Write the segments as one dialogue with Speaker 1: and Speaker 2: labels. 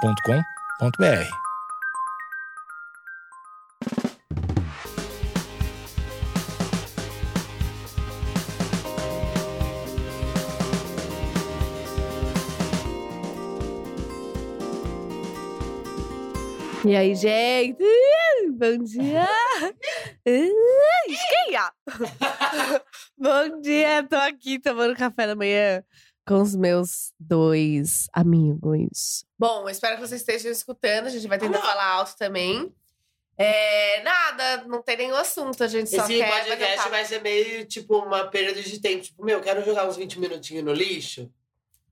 Speaker 1: agenciadepodcast.com.br.
Speaker 2: E aí, gente? Bom dia! Esqueia! Bom dia! Tô aqui tomando café da manhã com os meus dois amigos. Ah!
Speaker 3: Bom, eu espero que vocês estejam escutando. A gente vai tentar falar alto também. É, nada, não tem nenhum assunto. A gente só
Speaker 4: Esse
Speaker 3: quer. bater
Speaker 4: podcast
Speaker 3: papo.
Speaker 4: vai ser meio tipo uma perda de tempo. Tipo, meu, quero jogar uns 20 minutinhos no lixo.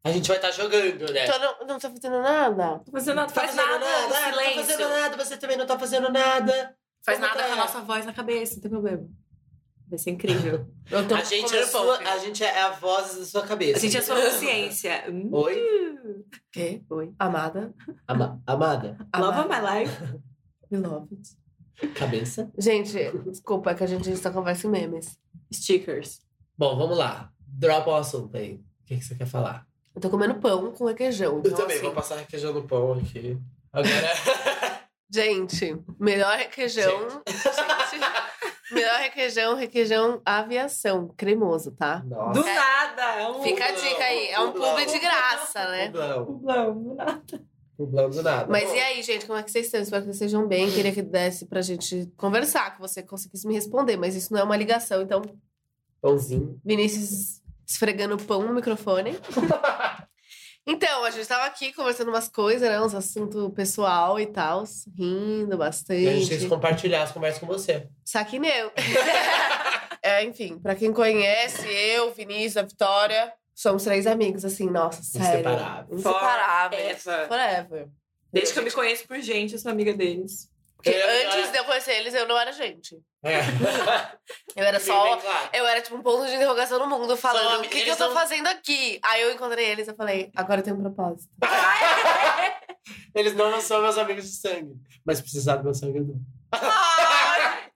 Speaker 4: A gente vai estar jogando, né?
Speaker 3: Tô não, não tô fazendo nada.
Speaker 5: Não fazendo nada,
Speaker 4: Tá
Speaker 5: faz
Speaker 4: fazendo
Speaker 5: nada,
Speaker 4: não tá
Speaker 5: silêncio.
Speaker 4: fazendo nada, você também não tá fazendo nada.
Speaker 5: Faz
Speaker 4: Como
Speaker 5: nada
Speaker 4: tá?
Speaker 5: com a nossa voz na cabeça, não tem problema. Vai ser incrível. Eu tô
Speaker 4: a gente, é
Speaker 5: comendo
Speaker 4: a, sua-
Speaker 5: pão.
Speaker 4: a gente é a voz da sua cabeça.
Speaker 5: A gente é sua consciência. Hum.
Speaker 4: Oi,
Speaker 5: Quê? Oi.
Speaker 3: É. Amada.
Speaker 4: ama- amada,
Speaker 5: Love my life.
Speaker 3: We love it.
Speaker 4: cabeça.
Speaker 3: Gente, desculpa, é que a gente só conversa em memes.
Speaker 5: Stickers.
Speaker 4: Bom, vamos lá. Dropa o assunto aí. O que, que você quer falar?
Speaker 3: Eu tô comendo pão com requeijão. então, assim,
Speaker 4: passar requeijão no pão aqui. Agora.
Speaker 3: Gente, melhor requeijão. Gente, melhor requeijão, requeijão aviação. Cremoso, tá?
Speaker 5: Do
Speaker 4: Nossa.
Speaker 5: nada. um-
Speaker 3: Fica a dica aí. É um publi de graça, né?
Speaker 4: Dublão.
Speaker 5: Não, do nada.
Speaker 4: Dublão do nada.
Speaker 3: Mas e aí, gente, como é que vocês estão? Espero que vocês estejam bem. Queria que desse pra gente conversar, que você conseguisse me responder, mas isso não é uma ligação. Então,
Speaker 4: Pãozinho.
Speaker 3: Vinícius esfregando pão no microfone. então, a gente tava aqui conversando umas coisas, né? Uns assuntos pessoal e tal, rindo
Speaker 4: E a gente tem que
Speaker 3: bastante.
Speaker 4: compartilhar as conversas com você.
Speaker 3: Saquineu. é, enfim, pra quem conhece, eu, Vinícius, a Vitória, somos três amigos, assim, nossa, sério.
Speaker 4: Inseparáveis.
Speaker 3: Inseparáveis.
Speaker 5: Forever.
Speaker 3: Forever.
Speaker 5: Desde que eu me conheço por gente, eu sou amiga deles.
Speaker 3: Porque
Speaker 4: Eu era-
Speaker 3: antes de eu conhecer eles, eu não era gente.
Speaker 4: É.
Speaker 3: Eu era
Speaker 4: Bem,
Speaker 3: só.
Speaker 4: bem claro.
Speaker 3: Eu era tipo um ponto de interrogação no mundo,
Speaker 4: Só,
Speaker 3: falando o
Speaker 4: eles
Speaker 3: que, que eu tô
Speaker 4: são-
Speaker 3: fazendo aqui. Aí eu encontrei eles e falei, agora eu tenho um propósito.
Speaker 4: Eles não são meus amigos de sangue. Mas precisar do meu sangue, eu dou.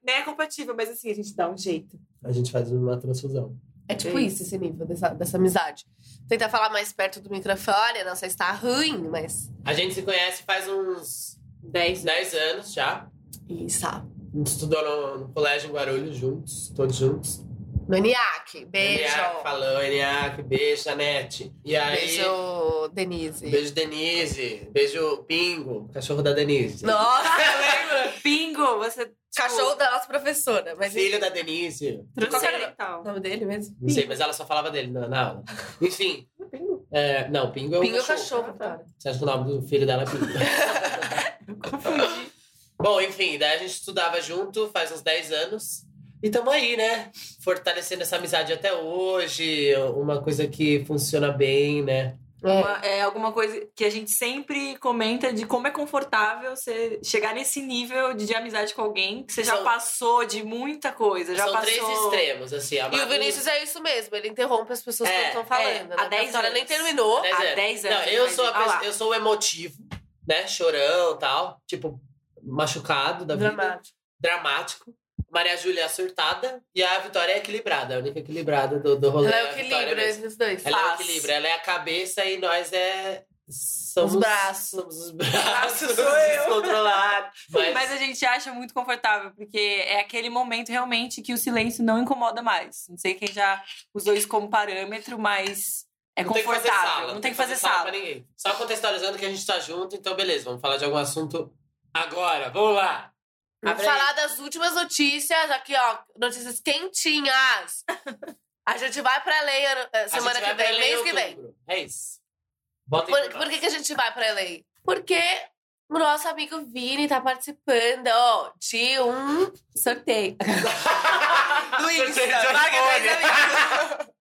Speaker 5: Nem é compatível, mas assim, a gente dá um jeito.
Speaker 4: A gente faz uma transfusão.
Speaker 3: É tipo
Speaker 5: É
Speaker 3: isso, esse nível dessa, dessa amizade. Tentar falar mais perto do microfone, não sei se tá ruim, mas.
Speaker 4: A gente se conhece faz uns
Speaker 5: 10.
Speaker 4: 10 anos já.
Speaker 3: Isso.
Speaker 4: A gente estudou no, no colégio em Guarulhos juntos, todos juntos.
Speaker 3: No ENIAC, beijo.
Speaker 4: Eniac falou, Eniac, beijo, Anete. E aí.
Speaker 3: Beijo, Denise.
Speaker 4: Beijo, Denise. Beijo, Pingo, cachorro da Denise.
Speaker 3: Nossa,
Speaker 4: é, tipo,
Speaker 5: Bingo, você. tipo,
Speaker 3: cachorro da nossa professora. Mas
Speaker 4: Filho da Denise.
Speaker 5: Transcendental.
Speaker 3: o nome dele mesmo?
Speaker 4: Não sei, mas ela só falava dele na, na aula. Enfim.
Speaker 5: Pingo.
Speaker 4: É, não, Pingo é o
Speaker 3: Pingo é o
Speaker 4: cachorro.
Speaker 3: cachorro,
Speaker 5: Ah, tá.
Speaker 3: Vitória.
Speaker 4: Você acha que o nome do filho dela é Pingo? Bom, enfim, daí a gente estudava junto faz uns 10 anos. E tamo aí, né? Fortalecendo essa amizade até hoje. Uma coisa que funciona bem, né?
Speaker 3: É.
Speaker 5: Uma- é alguma coisa que a gente sempre comenta de como é confortável você chegar nesse nível de, de amizade com alguém que você já
Speaker 4: São-
Speaker 5: passou de muita coisa, já
Speaker 4: São
Speaker 5: passou.
Speaker 4: três extremos, assim. A
Speaker 3: E o
Speaker 4: Manu-
Speaker 3: Vinícius é isso mesmo, ele interrompe as pessoas
Speaker 5: É,
Speaker 3: que estão
Speaker 5: é.
Speaker 3: falando. né?
Speaker 5: Há
Speaker 3: A
Speaker 5: 10
Speaker 3: história nem
Speaker 5: anos.
Speaker 3: terminou.
Speaker 4: Dez
Speaker 5: Há
Speaker 4: anos.
Speaker 5: 10
Speaker 4: Não,
Speaker 5: anos,
Speaker 4: eu sou, a
Speaker 5: imagina.
Speaker 4: pessoa-
Speaker 5: Ah lá.
Speaker 4: eu sou o emotivo, né? Chorão tal. Tipo, machucado da vida.
Speaker 3: Dramático.
Speaker 4: dramático. Maria Júlia é surtada e a Vitória é equilibrada, a única equilibrada do, do rolê.
Speaker 3: Ela
Speaker 4: a
Speaker 3: é o
Speaker 4: Vitória
Speaker 3: equilíbrio
Speaker 4: mesmo.
Speaker 3: entre os dois.
Speaker 4: Ela é o
Speaker 5: Faz.
Speaker 4: equilíbrio, ela é a cabeça e nós é. Somos
Speaker 3: Os braços.
Speaker 4: Somos os braços.
Speaker 5: Os braços sou eu.
Speaker 4: Descontrolados. Mas,
Speaker 5: Mas a gente acha muito confortável, porque é aquele momento realmente que o silêncio não incomoda mais. Não sei quem já usou isso como parâmetro, mas é
Speaker 4: não tem que
Speaker 5: confortável.
Speaker 4: fazer sala.
Speaker 5: não tem que fazer sala.
Speaker 4: pra ninguém. Só contextualizando que a gente tá junto, então beleza, vamos falar de algum assunto agora. Vamos lá.
Speaker 3: Vamos
Speaker 4: Abre aí.
Speaker 3: falar das últimas notícias aqui, ó. Notícias quentinhas. A gente vai pra lei ano- eh,
Speaker 4: A
Speaker 3: semana
Speaker 4: gente
Speaker 3: que
Speaker 4: vai pra
Speaker 3: vem,
Speaker 4: lei em
Speaker 3: mês que vem.
Speaker 4: outubro. É isso. Volta
Speaker 3: Por, por que, que a gente vai pra lei? Porque o nosso amigo Vini tá participando ó, de um sorteio. Do Insta. Vai que vem, amigo.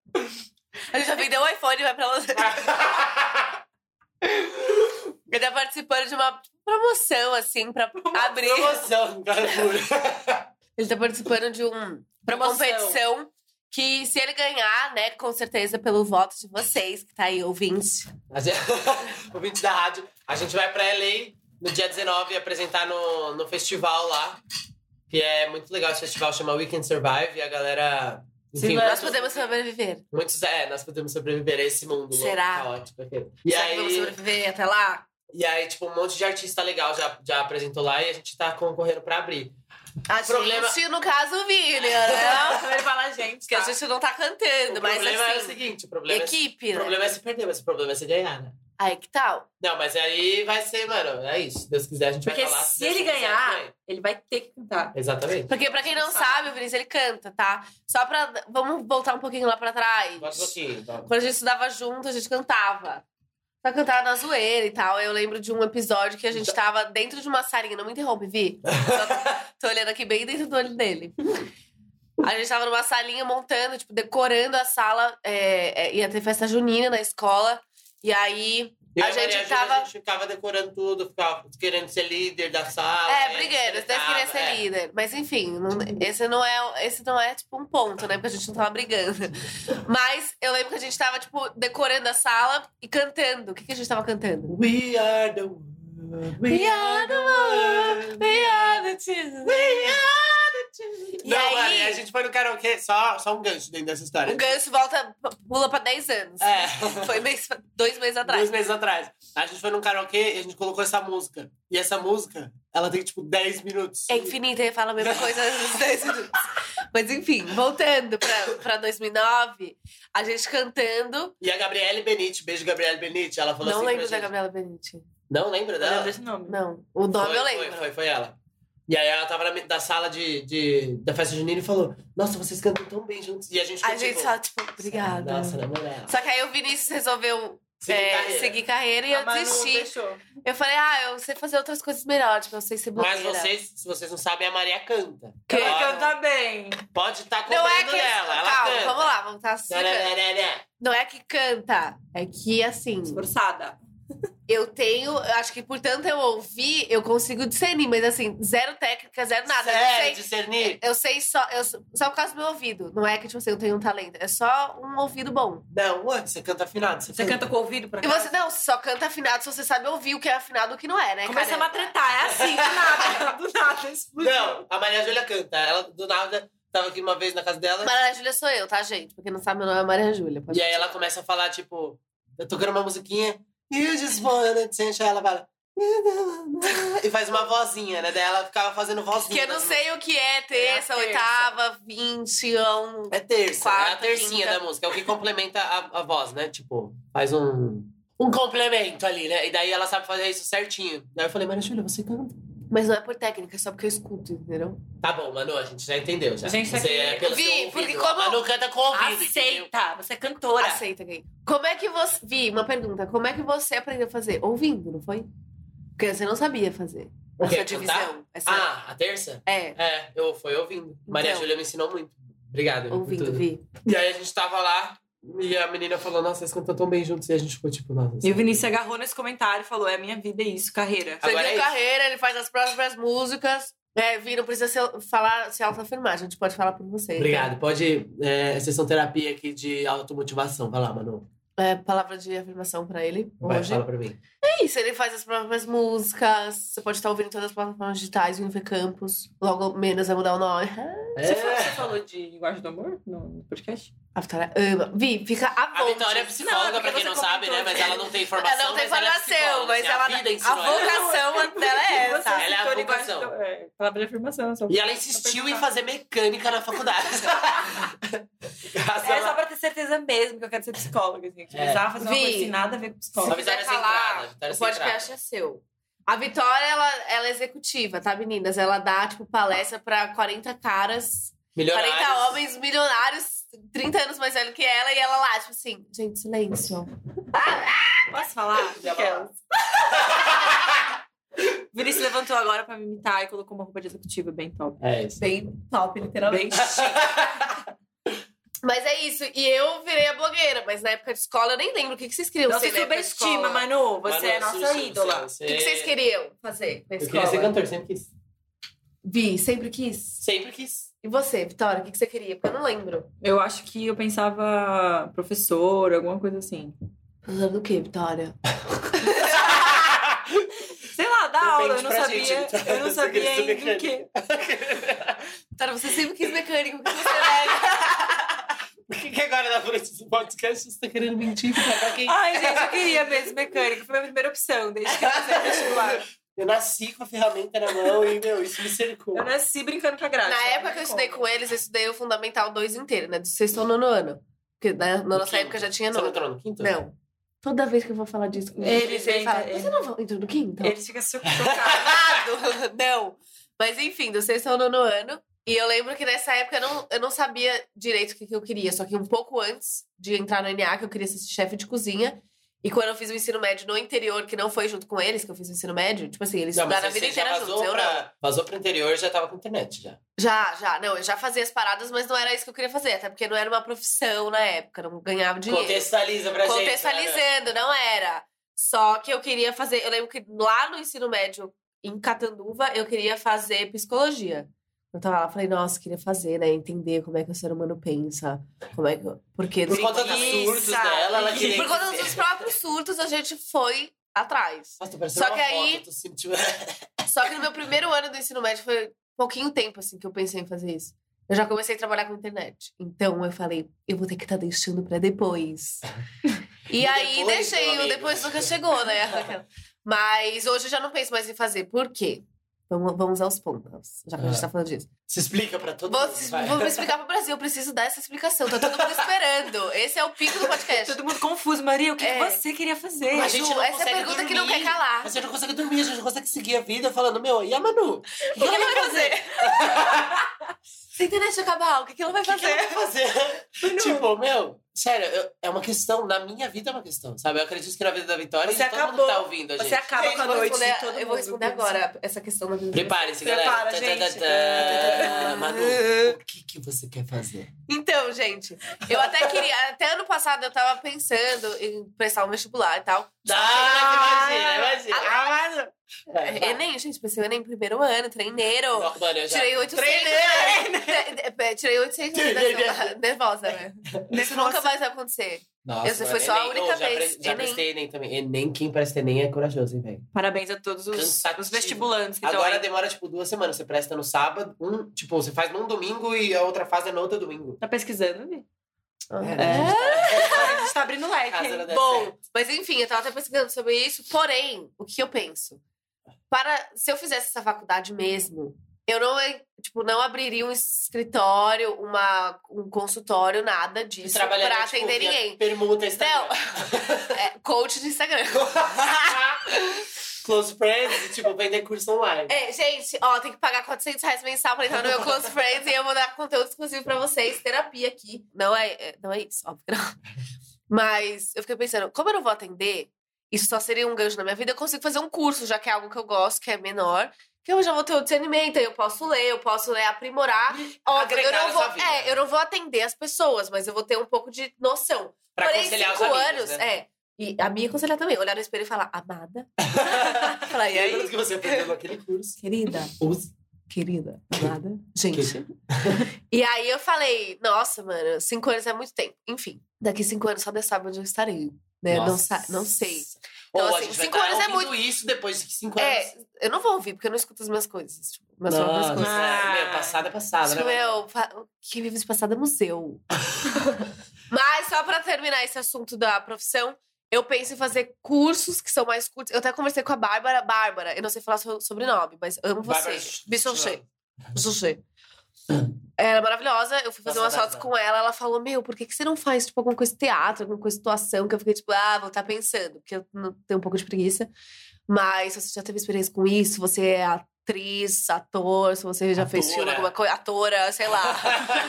Speaker 3: A gente já vendeu o iPhone e vai pra Los Angeles. Ele tá participando de uma promoção, assim, pra abrir.
Speaker 4: Promoção, cara.
Speaker 3: Ele tá participando de um, uma
Speaker 5: Promoção.
Speaker 3: competição que, se ele ganhar, né, com certeza pelo voto de vocês, que tá aí ouvinte.
Speaker 4: A gente- ouvinte da rádio. A gente vai pra LA no dia 19 apresentar no, no festival lá. Que é muito legal. Esse festival chama Weekend Survive. E a galera Enfim,
Speaker 5: Sim,
Speaker 3: Nós
Speaker 4: muitos-
Speaker 3: podemos sobreviver.
Speaker 4: Muitos, é, nós podemos sobreviver a esse mundo louco,
Speaker 3: Será?
Speaker 4: caótico. aqui. E
Speaker 3: Será que vamos
Speaker 4: aí,
Speaker 3: sobreviver até lá?
Speaker 4: e aí, tipo, um monte de artista legal já, já apresentou lá e a gente tá concorrendo pra abrir.
Speaker 3: A
Speaker 4: Problema-
Speaker 3: gente, no caso, o William, né?
Speaker 5: Primeiro fala a gente,
Speaker 3: Porque
Speaker 5: tá?
Speaker 3: a gente não tá cantando,
Speaker 4: o
Speaker 3: mas
Speaker 4: problema é o
Speaker 3: assim,
Speaker 4: seguinte, o problema,
Speaker 3: equipe, né?
Speaker 4: é, o problema é se perder, mas o problema é se ganhar, né?
Speaker 3: Aí que tal?
Speaker 4: Não, mas aí vai ser, mano, é isso. Se Deus quiser, a gente
Speaker 5: Porque
Speaker 4: vai falar.
Speaker 5: se
Speaker 4: Deus
Speaker 5: ele
Speaker 4: quiser,
Speaker 5: ganhar-
Speaker 4: vai.
Speaker 5: Ele vai ter que cantar.
Speaker 4: Exatamente.
Speaker 3: Porque pra quem não sabe, o Vinícius, ele canta, tá? Só pra... Vamos voltar um pouquinho lá pra trás.
Speaker 4: Bota um pouquinho. tá?
Speaker 3: Quando a gente estudava junto, a gente cantava. Só cantava na zoeira e tal. Eu lembro de um episódio que a gente tava dentro de uma salinha. Não me interrompe, Vi. Só tô- tô olhando aqui bem dentro do olho dele. A gente tava numa salinha montando, tipo, decorando a sala. é, é, ia ter festa junina na escola. E aí.
Speaker 4: Eu
Speaker 3: A
Speaker 4: e
Speaker 3: gente
Speaker 4: Maria Júlia,
Speaker 3: tava-
Speaker 4: A gente ficava decorando tudo, ficava querendo ser líder da sala.
Speaker 3: É,
Speaker 4: né?
Speaker 3: brigando, até queria ser
Speaker 4: É.
Speaker 3: líder. Mas enfim, não- esse, não é, esse não é, tipo, um ponto, né? Porque a gente não tava brigando. Mas eu lembro que a gente tava, tipo, decorando a sala e cantando. O que, que a gente tava cantando?
Speaker 4: We are the world.
Speaker 3: We are the world, we are the children. E
Speaker 4: Não,
Speaker 3: aí,
Speaker 4: Maria, a gente foi no karaokê, só, só um gancho dentro dessa história.
Speaker 3: o gancho volta, pula pra 10 anos.
Speaker 4: É.
Speaker 3: Foi mês- dois meses atrás.
Speaker 4: Dois meses atrás. A gente foi num karaokê e a gente colocou essa música. E essa música, ela tem tipo 10 minutos.
Speaker 3: É infinito, ele fala a mesma coisa nos 10 minutos. Mas enfim, voltando pra, pra 2009, a gente cantando.
Speaker 4: E a Gabriele Benite, beijo Gabriele Benite, ela falou
Speaker 3: não
Speaker 4: assim.
Speaker 3: lembro
Speaker 4: pra
Speaker 3: da
Speaker 4: gente-
Speaker 3: Gabriela Benite.
Speaker 4: Não lembra
Speaker 5: Eu
Speaker 4: dela?
Speaker 5: lembro desse nome.
Speaker 3: Não, o nome
Speaker 4: foi,
Speaker 3: eu lembro.
Speaker 4: Foi, foi, foi ela. E aí ela tava na, me- da sala de, de- da festa junina e falou: Nossa, vocês cantam tão bem juntos. E a gente
Speaker 3: A
Speaker 4: ficou,
Speaker 3: gente
Speaker 4: tipo,
Speaker 3: só, tipo, obrigada.
Speaker 4: Nossa, na moral.
Speaker 3: Só que aí o Vinícius resolveu
Speaker 4: Seguir
Speaker 3: é,
Speaker 4: carreira.
Speaker 3: seguir carreira e
Speaker 5: A
Speaker 3: eu
Speaker 5: Manu
Speaker 3: desisti.
Speaker 5: deixou.
Speaker 3: Eu falei, ah, eu sei fazer outras coisas melhor, tipo, eu sei ser blogueira.
Speaker 4: Mas é vocês, se vocês não sabem, a Maria canta.
Speaker 5: Que
Speaker 4: Ela
Speaker 5: canta bem.
Speaker 4: Pode estar tá
Speaker 3: Não é
Speaker 4: cobrando
Speaker 3: que.
Speaker 4: dela. Ela
Speaker 3: Calma,
Speaker 4: canta.
Speaker 3: vamos lá, vamos estar
Speaker 4: Né, né,
Speaker 3: explicando.
Speaker 4: né, né.
Speaker 3: Não é que canta, é que assim.
Speaker 5: Esforçada.
Speaker 3: Eu tenho, eu acho que por tanto eu ouvir, eu consigo discernir, mas assim, zero técnica, zero nada.
Speaker 4: Sério,
Speaker 3: eu, sei,
Speaker 4: discernir.
Speaker 3: eu sei só, eu, só por causa do meu ouvido. Não é que, tipo assim, eu tenho um talento, é só um ouvido bom.
Speaker 4: Não, ué, você canta afinado. Você,
Speaker 5: Você canta com o ouvido pra
Speaker 3: E você, não, você só canta afinado se você sabe ouvir o que é afinado e o que não é, né?
Speaker 5: Começamos a
Speaker 3: cara?
Speaker 5: tretar, é assim, do nada. Do nada, explodiu.
Speaker 4: Não, a Maria Júlia canta. Ela, do nada, tava aqui uma vez na casa dela.
Speaker 3: Maria Júlia sou eu, tá, gente? Porque não sabe meu nome é Maria Júlia. pode
Speaker 4: E aí ela começa a falar, tipo, eu tocando uma musiquinha. You just wanna change. Aí ela fala. "You don't wanna-" E faz uma vozinha, né? Daí ela ficava fazendo vozinha.
Speaker 3: Que eu não
Speaker 4: das
Speaker 3: sei o que é
Speaker 5: É
Speaker 3: terça,
Speaker 5: a terça.
Speaker 3: oitava, vinte, um.
Speaker 4: É terça,
Speaker 3: Quarta,
Speaker 4: é a tercinha
Speaker 3: quinta.
Speaker 4: da música, é o que complementa a, a voz, né? Tipo, faz um, um complemento ali, né? E daí ela sabe fazer isso certinho. Daí eu falei, Maria Júlia, você canta.
Speaker 3: Mas não é por técnica, é só porque eu escuto, entendeu?
Speaker 4: Tá bom, Manu, a gente já entendeu. Já.
Speaker 5: A gente tá
Speaker 4: você
Speaker 5: aqui.
Speaker 4: é pelo
Speaker 3: Vi,
Speaker 4: seu ouvido.
Speaker 3: porque como-
Speaker 4: A Manu canta com o ouvido. entendeu?
Speaker 5: Aceita, você é cantora.
Speaker 3: Aceita, Gay. Como é que você. Vi, uma pergunta. Como é que você aprendeu a fazer? Ouvindo, não foi? Porque você não sabia fazer.
Speaker 4: O quê?
Speaker 3: Essa
Speaker 4: Cantar?
Speaker 3: divisão. Essa...
Speaker 4: Ah, a terça?
Speaker 3: É,
Speaker 4: É, eu fui ouvindo. Maria
Speaker 3: Então.
Speaker 4: Júlia me ensinou muito. Obrigado. por
Speaker 3: ouvindo,
Speaker 4: tudo.
Speaker 3: Vi.
Speaker 4: E aí a gente tava lá e a menina falou, nossa, vocês cantam tão bem juntos. E a gente ficou tipo, nossa.
Speaker 5: E o Vinícius é agarrou nesse comentário e falou: é minha vida, é isso, carreira.
Speaker 3: Você
Speaker 4: Agora
Speaker 3: viu
Speaker 4: é isso.
Speaker 3: carreira, ele faz as próprias músicas. É, Vi, não precisa se, falar, se autoafirmar, a gente pode falar por você.
Speaker 4: Obrigado. Pode. É, sessão terapia aqui de automotivação. Vai lá, Manu.
Speaker 3: Então, é, palavra de afirmação pra ele
Speaker 4: Vai,
Speaker 3: hoje.
Speaker 4: fala pra mim.
Speaker 3: É isso, ele faz as próprias músicas. Você pode estar ouvindo em todas as plataformas digitais, o Campos. Logo menos vai mudar o nome.
Speaker 4: É.
Speaker 5: Você, falou, você falou de linguagem do amor no no podcast?
Speaker 3: A Vitória ama. Vi, fica a
Speaker 4: A Vitória
Speaker 3: tipo,
Speaker 4: é
Speaker 5: Não, é
Speaker 4: psicóloga,
Speaker 5: porque
Speaker 4: pra quem
Speaker 5: você
Speaker 4: não sabe, né?
Speaker 5: comentou.
Speaker 4: Mas ela não tem formação.
Speaker 3: Ela não tem
Speaker 4: mas ela é
Speaker 3: formação,
Speaker 4: psicóloga,
Speaker 3: mas
Speaker 4: assim,
Speaker 3: ela.
Speaker 4: a vida
Speaker 3: A
Speaker 4: ensinou ela.
Speaker 3: vocação dela é
Speaker 5: Você
Speaker 3: essa.
Speaker 4: Ela é a
Speaker 5: citou linguagem
Speaker 4: vocação.
Speaker 5: do- é, palavra de afirmação. só-
Speaker 4: E ela insistiu em fazer mecânica na faculdade. Graças
Speaker 5: É só
Speaker 4: a-
Speaker 5: pra ter certeza mesmo que eu quero ser psicóloga, gente.
Speaker 4: É.
Speaker 5: Precisava fazer uma
Speaker 3: Vi.
Speaker 5: coisa que tem nada a ver com
Speaker 4: Só
Speaker 5: psicóloga.
Speaker 4: Vitória
Speaker 3: quiser
Speaker 4: sem
Speaker 3: falar,
Speaker 4: entrada, Vitória
Speaker 3: o
Speaker 4: sem
Speaker 3: podcast é seu. A Vitória, ela, ela é executiva, tá, meninas? Ela dá, tipo, palestra pra 40 caras,
Speaker 4: Milionários.
Speaker 3: 40 homens milionários, 30 anos mais velho que ela, e ela lá, tipo assim, gente, silêncio.
Speaker 5: Posso falar?
Speaker 4: Já vai lá.
Speaker 5: Vinícius levantou agora pra me imitar e colocou uma roupa de executiva bem top.
Speaker 4: É isso.
Speaker 5: Bem top, literalmente.
Speaker 3: Mas é isso, e eu virei a blogueira, mas na época de escola eu nem lembro o que, que vocês queriam
Speaker 5: Não
Speaker 3: ser
Speaker 5: se
Speaker 3: na época de
Speaker 5: subestima,
Speaker 3: escola?
Speaker 5: Manu. Você
Speaker 4: Manu,
Speaker 5: é nossa
Speaker 4: você-
Speaker 5: ídola.
Speaker 4: você-
Speaker 3: O que, que vocês queriam fazer na
Speaker 4: É. Eu queria ser
Speaker 3: escola?
Speaker 4: cantor, sempre quis.
Speaker 3: Vi, sempre quis.
Speaker 4: Sempre quis.
Speaker 3: E você, Vitória, o que, que você queria? Porque eu não lembro.
Speaker 5: Eu acho que eu pensava professor, alguma coisa assim.
Speaker 3: Falando o quê, Vitória?
Speaker 5: Sei lá,
Speaker 4: Depende
Speaker 5: da aula, eu não
Speaker 4: pra
Speaker 5: sabia.
Speaker 4: gente,
Speaker 3: tá?
Speaker 4: então.
Speaker 5: eu não
Speaker 4: Você queria ser
Speaker 5: sabia
Speaker 3: é
Speaker 5: ainda o
Speaker 4: mecânico.
Speaker 5: que.
Speaker 3: Vitória, você sempre quis mecânico, o que você era?
Speaker 4: Por que, que agora na frente do podcast você tá querendo mentir pra quem?
Speaker 5: Ai, gente, eu queria mesmo mecânica. Foi a minha primeira opção, desde que eu passei no vestibular.
Speaker 4: Eu nasci com a ferramenta na mão e, meu, isso me cercou.
Speaker 5: Eu nasci brincando com a graça.
Speaker 3: Na época que eu estudei com eles, eu estudei o Fundamental 2 inteiro, né? Do sexto ao nono ano. Porque né, na nossa
Speaker 4: quinto.
Speaker 3: época já tinha
Speaker 4: Você não
Speaker 3: nono.
Speaker 4: entrou no quinto?
Speaker 3: Não. Toda vez que eu vou falar disso com
Speaker 5: Eles
Speaker 3: eles, eles falam,
Speaker 5: entram-
Speaker 3: você não entrou no quinto?
Speaker 5: Eles ficam super chocados.
Speaker 3: Errado! não. Mas enfim, do sexto ao nono ano. E eu lembro que nessa época eu não, eu não sabia direito o que, que eu queria. Só que um pouco antes de entrar no NA, que eu queria ser chefe de cozinha. E quando eu fiz o ensino médio no interior, que não foi junto com eles, que eu fiz o ensino médio, tipo assim, eles
Speaker 4: Não, mas
Speaker 3: estudaram a
Speaker 4: você
Speaker 3: vida
Speaker 4: já
Speaker 3: inteira juntos,
Speaker 4: vazou,
Speaker 3: eu não.
Speaker 4: pra, vazou pro interior já tava com internet já.
Speaker 3: Já, já. Não, eu já fazia as paradas, mas não era isso que eu queria fazer. Até porque não era uma profissão na época, não ganhava dinheiro.
Speaker 4: Contextualiza pra gente. galera.
Speaker 3: Contextualizando, não era. Só que eu queria fazer. Eu lembro que lá no ensino médio, em Catanduva, eu queria fazer psicologia. Eu tava lá, falei, nossa, queria fazer, né? Entender como é que o ser humano pensa. Como é que. Porque
Speaker 4: Por conta dos surtos
Speaker 5: Preguiça.
Speaker 4: dela, ela queria.
Speaker 3: Por conta
Speaker 4: entender.
Speaker 3: dos próprios surtos, a gente foi atrás.
Speaker 4: Nossa, tô parecendo
Speaker 3: Só
Speaker 4: uma
Speaker 3: que aí-
Speaker 4: Foto, tô sentindo...
Speaker 3: Só que no meu primeiro ano do ensino médio foi pouquinho tempo assim que eu pensei em fazer isso. Eu já comecei a trabalhar com internet. Então eu falei, eu vou ter que estar deixando pra depois. E,
Speaker 4: E
Speaker 3: aí
Speaker 4: depois, meu
Speaker 3: deixei, o
Speaker 4: amigo.
Speaker 3: depois nunca chegou, né? Mas hoje eu já não penso mais em fazer. Por quê? Vamos, vamos aos pontos, já que a gente
Speaker 4: Ah.
Speaker 3: tá falando disso.
Speaker 4: Se explica pra todo
Speaker 3: Vou,
Speaker 4: mundo. vai.
Speaker 3: vou me explicar pro Brasil, eu preciso dar essa explicação. Tá todo mundo esperando. Esse é o pico do podcast.
Speaker 5: Todo mundo confuso. Maria, o que, que
Speaker 3: É.
Speaker 5: você queria fazer?
Speaker 4: Mas a gente
Speaker 3: Ju,
Speaker 4: não
Speaker 3: essa é a
Speaker 4: consegue
Speaker 3: pergunta que não
Speaker 4: dormir.
Speaker 3: quer calar.
Speaker 4: A gente não consegue dormir, a gente não consegue seguir a vida falando, meu, e a Manu? O
Speaker 3: O que ela vai fazer? Se a internet acabar, o que que ela vai
Speaker 4: que, que
Speaker 3: fazer?
Speaker 4: ela vai fazer? tipo, meu, sério, eu- é uma questão, na minha vida é uma questão, sabe? Eu acredito que na vida da Vitória e
Speaker 5: Você
Speaker 4: de todo mundo
Speaker 5: acabou.
Speaker 4: que tá ouvindo a gente.
Speaker 5: Você acaba
Speaker 3: Gente,
Speaker 5: com a
Speaker 3: eu vou
Speaker 5: noite de
Speaker 3: responder-
Speaker 5: todo
Speaker 3: Eu vou
Speaker 5: mundo.
Speaker 3: responder agora essa questão da vida.
Speaker 4: Prepare-se, galera.
Speaker 5: Prepara,
Speaker 4: Tã, tã,
Speaker 5: gente.
Speaker 4: tã, tã. Manu, o que, que você quer fazer?
Speaker 3: Então, gente, eu até queria. Até ano passado eu tava pensando em prestar um vestibular e tal.
Speaker 4: Ah, imagina, imagina.
Speaker 5: Ah,
Speaker 4: Vai, vai.
Speaker 3: Enem, gente, pensei o Enem primeiro ano, treineiro.
Speaker 4: Não, Mano, eu já... né?
Speaker 3: Tirei 800. É, Tirei 800. nessa- Nervosa, né? Isso nunca mais vai acontecer.
Speaker 4: Nossa,
Speaker 3: Essa
Speaker 4: mano,
Speaker 3: foi só a
Speaker 4: Enem.
Speaker 3: única
Speaker 4: Ô, já
Speaker 3: vez.
Speaker 4: pres- Já
Speaker 3: Enem.
Speaker 4: prestei Enem também. Enem, quem presta Enem é corajoso, hein, velho?
Speaker 5: Parabéns a todos os,
Speaker 4: Cansativo.
Speaker 5: os vestibulantes
Speaker 3: Então,
Speaker 5: que estão
Speaker 4: Agora
Speaker 5: aí.
Speaker 4: demora, tipo, duas semanas. Você presta no sábado, um, tipo, você faz num domingo e a outra faz é no outro domingo.
Speaker 5: Tá pesquisando, Vi?
Speaker 3: né?
Speaker 4: É.
Speaker 5: A gente tá abrindo leque.
Speaker 4: Casa
Speaker 5: hein?
Speaker 4: da-
Speaker 3: Bom, mas enfim, eu tava até pesquisando sobre isso. Porém, o que eu penso? Para se eu fizesse essa faculdade mesmo, eu não, eh, tipo, não abriria um escritório, uma, um consultório, nada disso
Speaker 4: Trabalharia,
Speaker 3: pra
Speaker 4: tipo,
Speaker 3: atender
Speaker 4: via
Speaker 3: ninguém.
Speaker 4: Permuta, Instagram.
Speaker 3: É, coach de Instagram.
Speaker 4: Close friends e, tipo, vender curso online.
Speaker 3: É, gente, ó, tem que pagar 400 reais mensal pra entrar no meu Close Friends e eu vou dar conteúdo exclusivo pra vocês, terapia aqui. Não é, é- não é isso, óbvio que não. Mas eu fiquei pensando, como eu não vou atender, isso só seria um gancho na minha vida, eu consigo fazer um curso, já que é algo que eu gosto, que é menor, que eu já vou ter o discernimento, aí eu posso ler, eu posso né, aprimorar. Óbvio, eu
Speaker 4: Agregar
Speaker 3: não
Speaker 4: na
Speaker 3: vou,
Speaker 4: sua vida.
Speaker 3: é, eu não vou atender as pessoas, mas eu vou ter um pouco de noção.
Speaker 4: Pra
Speaker 3: Porém,
Speaker 4: aconselhar os
Speaker 3: cinco
Speaker 4: amigos,
Speaker 3: anos,
Speaker 4: né?
Speaker 3: é. E a minha aconselhar também, olhar no espelho e falar, amada. falar, e
Speaker 4: Lembra do
Speaker 3: aí?
Speaker 4: que você aprendeu naquele curso?
Speaker 3: Querida,
Speaker 4: Use.
Speaker 3: querida, amada. Gente. E aí eu falei, nossa, mano, cinco anos é muito tempo. Enfim, daqui cinco anos só Deus sabe onde eu estarei. Né? Não, sa- não sei. Então,
Speaker 4: Ou a
Speaker 3: assim,
Speaker 4: gente vai
Speaker 3: cinco
Speaker 4: tá
Speaker 3: anos é
Speaker 4: ouvindo
Speaker 3: muito-
Speaker 4: isso depois de cinco anos.
Speaker 3: É, eu não vou ouvir, porque eu não escuto as minhas coisas. Tipo, minhas
Speaker 4: Nossa,
Speaker 3: próprias coisas.
Speaker 5: coisas.
Speaker 4: meu, passado é passado, né?
Speaker 3: Tipo, meu, fa- que vive de passado é museu. Mas só pra terminar esse assunto da profissão, eu penso em fazer cursos que são mais curtos. Eu até conversei com a Bárbara. Bárbara, eu não sei falar seu sobrenome, mas amo
Speaker 4: Bárbara
Speaker 3: você.
Speaker 4: Sch-
Speaker 3: Bichonchê. Sushi. Ela é maravilhosa. Eu fui fazer umas
Speaker 4: Nossa,
Speaker 3: fotos
Speaker 4: arrasa.
Speaker 3: com ela. Ela falou: Meu, por que, que você não faz tipo, alguma coisa de teatro, alguma coisa de situação? Que eu fiquei tipo, ah, vou estar pensando, porque eu não- tenho um pouco de preguiça. Mas se você já teve experiência com isso, você é atriz, ator, se você já fez filme,
Speaker 4: Atora.
Speaker 3: alguma coisa, atora, sei lá. Ah.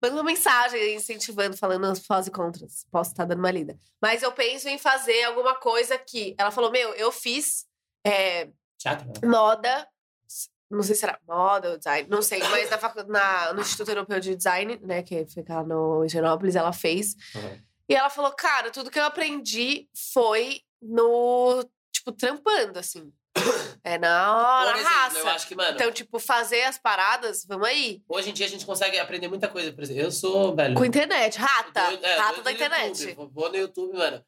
Speaker 3: Manda uma mensagem incentivando, falando as prós e contras. Posso estar dando uma lida. Mas eu penso em fazer alguma coisa que. Ela falou: Meu, eu fiz. é,
Speaker 4: Teatro, né?
Speaker 3: moda. Não sei se era moda ou design, não sei, mas na facu- na- no Instituto Europeu de Design, né, que fica no em Genópolis, ela fez.
Speaker 4: Uhum.
Speaker 3: E ela falou: Cara, tudo que eu aprendi foi no. Tipo, trampando, assim. É na hora,
Speaker 4: Por exemplo,
Speaker 3: raça.
Speaker 4: eu acho que, mano,
Speaker 3: Então, tipo, fazer as paradas, vamos aí.
Speaker 4: hoje em dia a gente consegue aprender muita coisa. Por exemplo, eu sou, velho...
Speaker 3: Com internet, rata.
Speaker 4: doido- é,
Speaker 3: rata
Speaker 4: doido
Speaker 3: Ah, tá. da
Speaker 4: no
Speaker 3: internet.
Speaker 4: YouTube. Vou- Vou no YouTube, mano.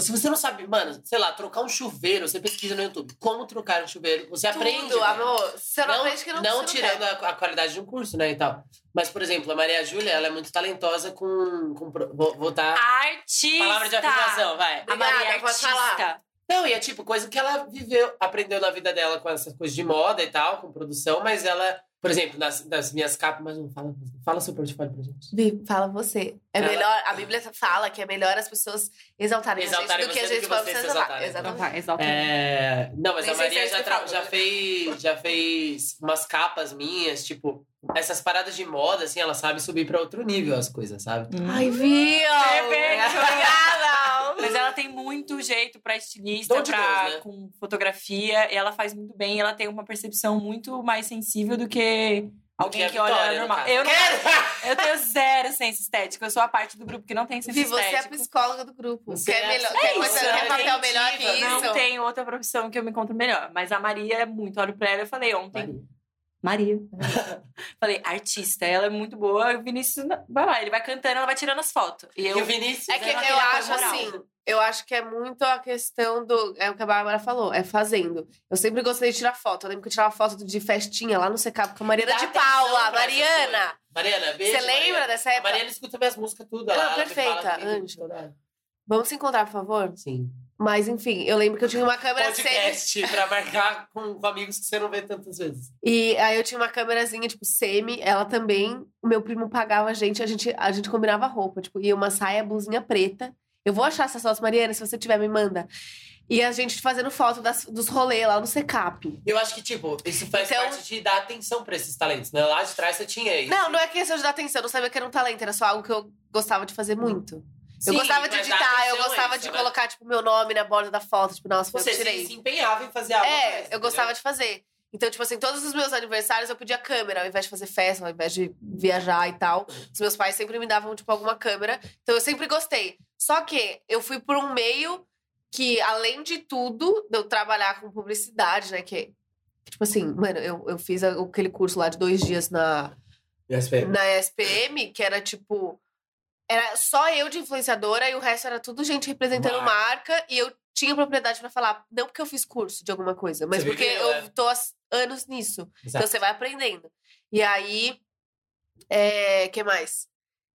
Speaker 4: Se você não sabe, mano, sei lá, trocar um chuveiro, você pesquisa no YouTube. Como trocar um chuveiro? Você aprende.
Speaker 3: Tudo,
Speaker 4: né?
Speaker 3: amor. Se eu não, aprende que não
Speaker 4: não
Speaker 3: você não
Speaker 4: tirando
Speaker 3: quer.
Speaker 4: a, a qualidade de um curso, né, e tal. Mas, por exemplo, a Maria Júlia, ela é muito talentosa com... com pro- vou, vou dar
Speaker 5: Artista!
Speaker 4: palavra de afirmação, vai.
Speaker 5: A Maria é
Speaker 3: Obrigada, pode
Speaker 5: artista.
Speaker 3: falar.
Speaker 4: Não, e é tipo coisa que ela viveu, aprendeu na vida dela com essas coisas de moda e tal, com produção, mas ela, por exemplo, nas, nas minhas capas, mas não fala, fala seu portfólio pra gente.
Speaker 3: Bi, fala você. É
Speaker 4: Ela-
Speaker 3: melhor, a Bíblia fala que é melhor as pessoas exaltarem,
Speaker 4: Exaltarem
Speaker 3: a gente do que a
Speaker 4: você do
Speaker 3: gente
Speaker 4: que
Speaker 3: pode
Speaker 4: vocês
Speaker 3: se
Speaker 4: se
Speaker 3: exaltar.
Speaker 4: exaltarem.
Speaker 5: Então
Speaker 3: Exatamente.
Speaker 4: É, não, mas
Speaker 3: Nem sei
Speaker 4: a
Speaker 3: se é
Speaker 4: Maria
Speaker 3: isso
Speaker 4: já,
Speaker 3: que
Speaker 4: tra-
Speaker 3: eu falo,
Speaker 4: já
Speaker 3: né?
Speaker 4: fez, já fez umas capas minhas, tipo, essas paradas de moda, assim, ela sabe subir pra outro nível as coisas, sabe?
Speaker 3: Ai,
Speaker 4: é
Speaker 3: viu? Ah,
Speaker 5: Perfeito,
Speaker 3: Obrigada!
Speaker 5: Mas ela tem muito jeito pra estilista,
Speaker 4: Dom de
Speaker 5: pra,
Speaker 4: Deus, né?
Speaker 5: com fotografia. E ela faz muito bem. Ela tem uma percepção muito mais sensível do que alguém
Speaker 4: que a
Speaker 5: que, olha
Speaker 4: Vitória, no
Speaker 5: normal.
Speaker 4: caso.
Speaker 5: Eu, não- eu tenho zero senso estético. Eu sou a parte do grupo que não tem senso
Speaker 3: Vi, você é a
Speaker 5: estético.
Speaker 3: psicóloga do grupo.
Speaker 4: Você
Speaker 3: quer
Speaker 4: é
Speaker 3: melhor,
Speaker 4: a
Speaker 3: quer,
Speaker 4: psicóloga,
Speaker 3: coisa, quer
Speaker 4: é
Speaker 3: papel melhor que
Speaker 4: intuitiva,
Speaker 3: isso?
Speaker 5: Não tem outra profissão que eu me encontro melhor. Mas a Maria é muito. Olho pra ela eu falei ontem. Maria. falei, artista. Ela é muito boa. E o Vinícius não- vai lá, ele vai cantando, ela vai tirando as fotos. E eu.
Speaker 4: E o Vinícius,
Speaker 3: É que
Speaker 4: né?
Speaker 5: Ela
Speaker 3: eu
Speaker 5: tem apoio
Speaker 3: acho
Speaker 5: moral.
Speaker 3: assim, eu acho que é muito a questão do. É o que a Bárbara falou, é fazendo. Eu sempre gostei de tirar foto. Eu lembro que eu tirava foto de festinha lá no Secap com a Mariana
Speaker 4: Dá
Speaker 3: de
Speaker 4: atenção
Speaker 3: Paula.
Speaker 4: pra essas
Speaker 3: Mariana!
Speaker 4: coisas. Mariana, beijo.
Speaker 3: assim, Você lembra
Speaker 4: Mariana.
Speaker 3: dessa
Speaker 4: A
Speaker 3: época?
Speaker 4: Mariana escuta minhas músicas tudo.
Speaker 3: Ela
Speaker 4: Ela,
Speaker 3: é
Speaker 4: ela me
Speaker 3: perfeita,
Speaker 4: fala comigo
Speaker 3: anjo.
Speaker 4: toda hora.
Speaker 3: Vamos se encontrar, por favor?
Speaker 4: Sim.
Speaker 3: Mas enfim, eu lembro que eu tinha uma câmera semi.
Speaker 4: Podcast pra marcar com, com amigos que você não vê tantas vezes.
Speaker 3: E aí eu tinha uma câmerazinha, tipo, semi. Ela também. O meu primo pagava a gente, a gente, a gente combinava roupa, tipo, ia uma saia, blusinha preta. Eu vou achar essas fotos, Mariana, se você tiver, me manda. E a gente fazendo foto das- dos rolês lá no Secap.
Speaker 4: Eu acho que, tipo, isso faz
Speaker 3: Então-
Speaker 4: parte de dar atenção pra esses talentos, né? Lá de trás você tinha isso.
Speaker 3: Não, não é questão de dar atenção, eu não sabia que era um talento, era só algo que eu gostava de fazer muito. eu
Speaker 4: Sim,
Speaker 3: gostava de
Speaker 4: mas dá
Speaker 3: editar, eu
Speaker 4: atenção a
Speaker 3: gostava
Speaker 4: isso,
Speaker 3: de
Speaker 4: né?
Speaker 3: colocar, tipo, meu nome na borda da foto, tipo, nossa, foi eu
Speaker 4: Você
Speaker 3: que tirei.
Speaker 4: se, se empenhava em fazer algo. pra isso,
Speaker 3: é, eu
Speaker 4: entendeu?
Speaker 3: gostava de fazer. Então, tipo assim, todos os meus aniversários eu pedia câmera, ao invés de fazer festa, ao invés de viajar e tal. Os meus pais sempre me davam, tipo, alguma câmera. Então eu sempre gostei. Só que eu fui por um meio que, além de tudo, de eu trabalhar com publicidade, né? Que, tipo assim, mano, eu, eu fiz a- aquele curso lá de dois dias na
Speaker 4: Eu respeito.
Speaker 3: na SPM, que era tipo. Era só eu de influenciadora e o resto era tudo gente representando marca. E eu tinha propriedade pra falar. Não porque eu fiz curso de alguma coisa, mas
Speaker 4: Você
Speaker 3: porque
Speaker 4: viveu,
Speaker 3: eu
Speaker 4: né?
Speaker 3: tô há anos nisso.
Speaker 4: Exato.
Speaker 3: Então você vai aprendendo. E aí. É. que mais?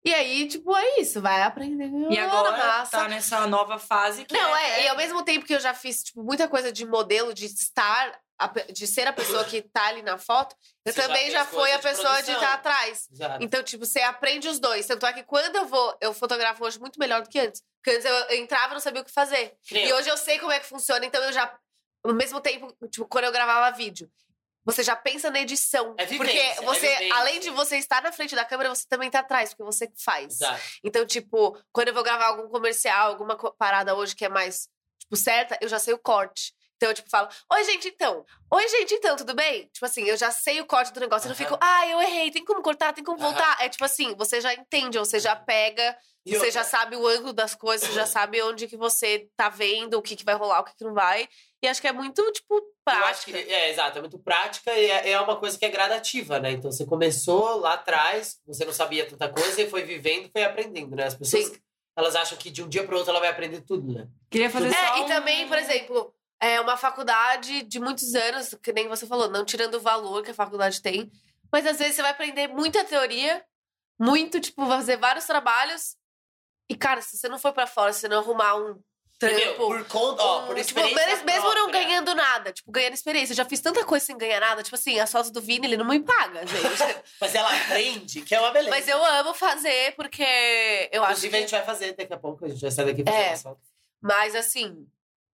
Speaker 3: E aí, tipo, é isso. Vai aprendendo.
Speaker 5: E agora
Speaker 3: massa.
Speaker 5: tá nessa nova fase que
Speaker 3: Não, é, e ao mesmo tempo que eu já fiz, tipo, muita coisa de modelo, de estar, a pe- de ser a pessoa que tá ali na foto, eu
Speaker 4: Você já
Speaker 3: também
Speaker 4: fez
Speaker 3: já, fui a
Speaker 4: coisa de
Speaker 3: pessoa de
Speaker 4: produção.
Speaker 3: estar atrás.
Speaker 4: Exato.
Speaker 3: Então, tipo, você aprende os dois. Tanto é que quando eu vou, eu fotografo hoje muito melhor do que antes. Porque antes eu eu entrava e não sabia o que fazer. E hoje eu sei como é que funciona, então eu já. Ao mesmo tempo, tipo, quando eu gravava vídeo, você já pensa na edição.
Speaker 4: É vivência,
Speaker 3: porque
Speaker 4: é
Speaker 3: você,
Speaker 4: vivência.
Speaker 3: além de você estar na frente da câmera, você também tá atrás, porque você faz.
Speaker 4: Exato.
Speaker 3: Então, tipo, quando eu vou gravar algum comercial, alguma co- parada hoje que é mais, tipo, certa, eu já sei o corte. Então, eu, tipo, falo, oi, gente, então. Oi, gente, então, tudo bem? Tipo assim, eu já sei o corte do negócio. Eu não
Speaker 4: Aham.
Speaker 3: fico, ah, eu errei, tem como cortar, tem como
Speaker 4: Aham.
Speaker 3: voltar. É tipo assim, você já entende, você já pega,
Speaker 4: E
Speaker 3: você
Speaker 4: outra,
Speaker 3: já sabe o ângulo das coisas, você já sabe onde que você tá vendo, o que que vai rolar, o que que não vai. E acho que é muito, tipo,
Speaker 4: eu acho
Speaker 3: prática.
Speaker 4: que- é, exato. É muito prática e é, é uma coisa que é gradativa, né? Então você começou lá atrás, você não sabia tanta coisa e foi vivendo, foi aprendendo, né? As pessoas,
Speaker 3: Sim.
Speaker 4: elas acham que de um dia pro outro ela vai aprender tudo, né?
Speaker 5: Queria fazer só
Speaker 3: É, e
Speaker 5: um-
Speaker 3: também, por exemplo, é uma faculdade de muitos anos, que nem você falou, não tirando o valor que a faculdade tem, mas às vezes você vai aprender muita teoria, muito, tipo, vai fazer vários trabalhos. E, cara, se você não for pra fora, se você não arrumar um
Speaker 4: Entendeu?
Speaker 3: trampo.
Speaker 4: por conta,
Speaker 3: um-
Speaker 4: ó, por
Speaker 3: tipo,
Speaker 4: experiência
Speaker 3: mesmo mesmo não
Speaker 4: própria.
Speaker 3: ganhando nada, tipo, ganhando experiência. Eu já fiz tanta coisa sem ganhar nada, tipo assim, as fotos do Vini, ele não me paga, gente.
Speaker 4: Mas ela aprende, que é uma beleza.
Speaker 3: Mas eu amo fazer, porque eu acho.
Speaker 4: Inclusive, a
Speaker 3: Que...
Speaker 4: gente vai fazer daqui a pouco, a gente vai sair daqui e
Speaker 3: É.
Speaker 4: fazer uma foto.
Speaker 3: Mas assim,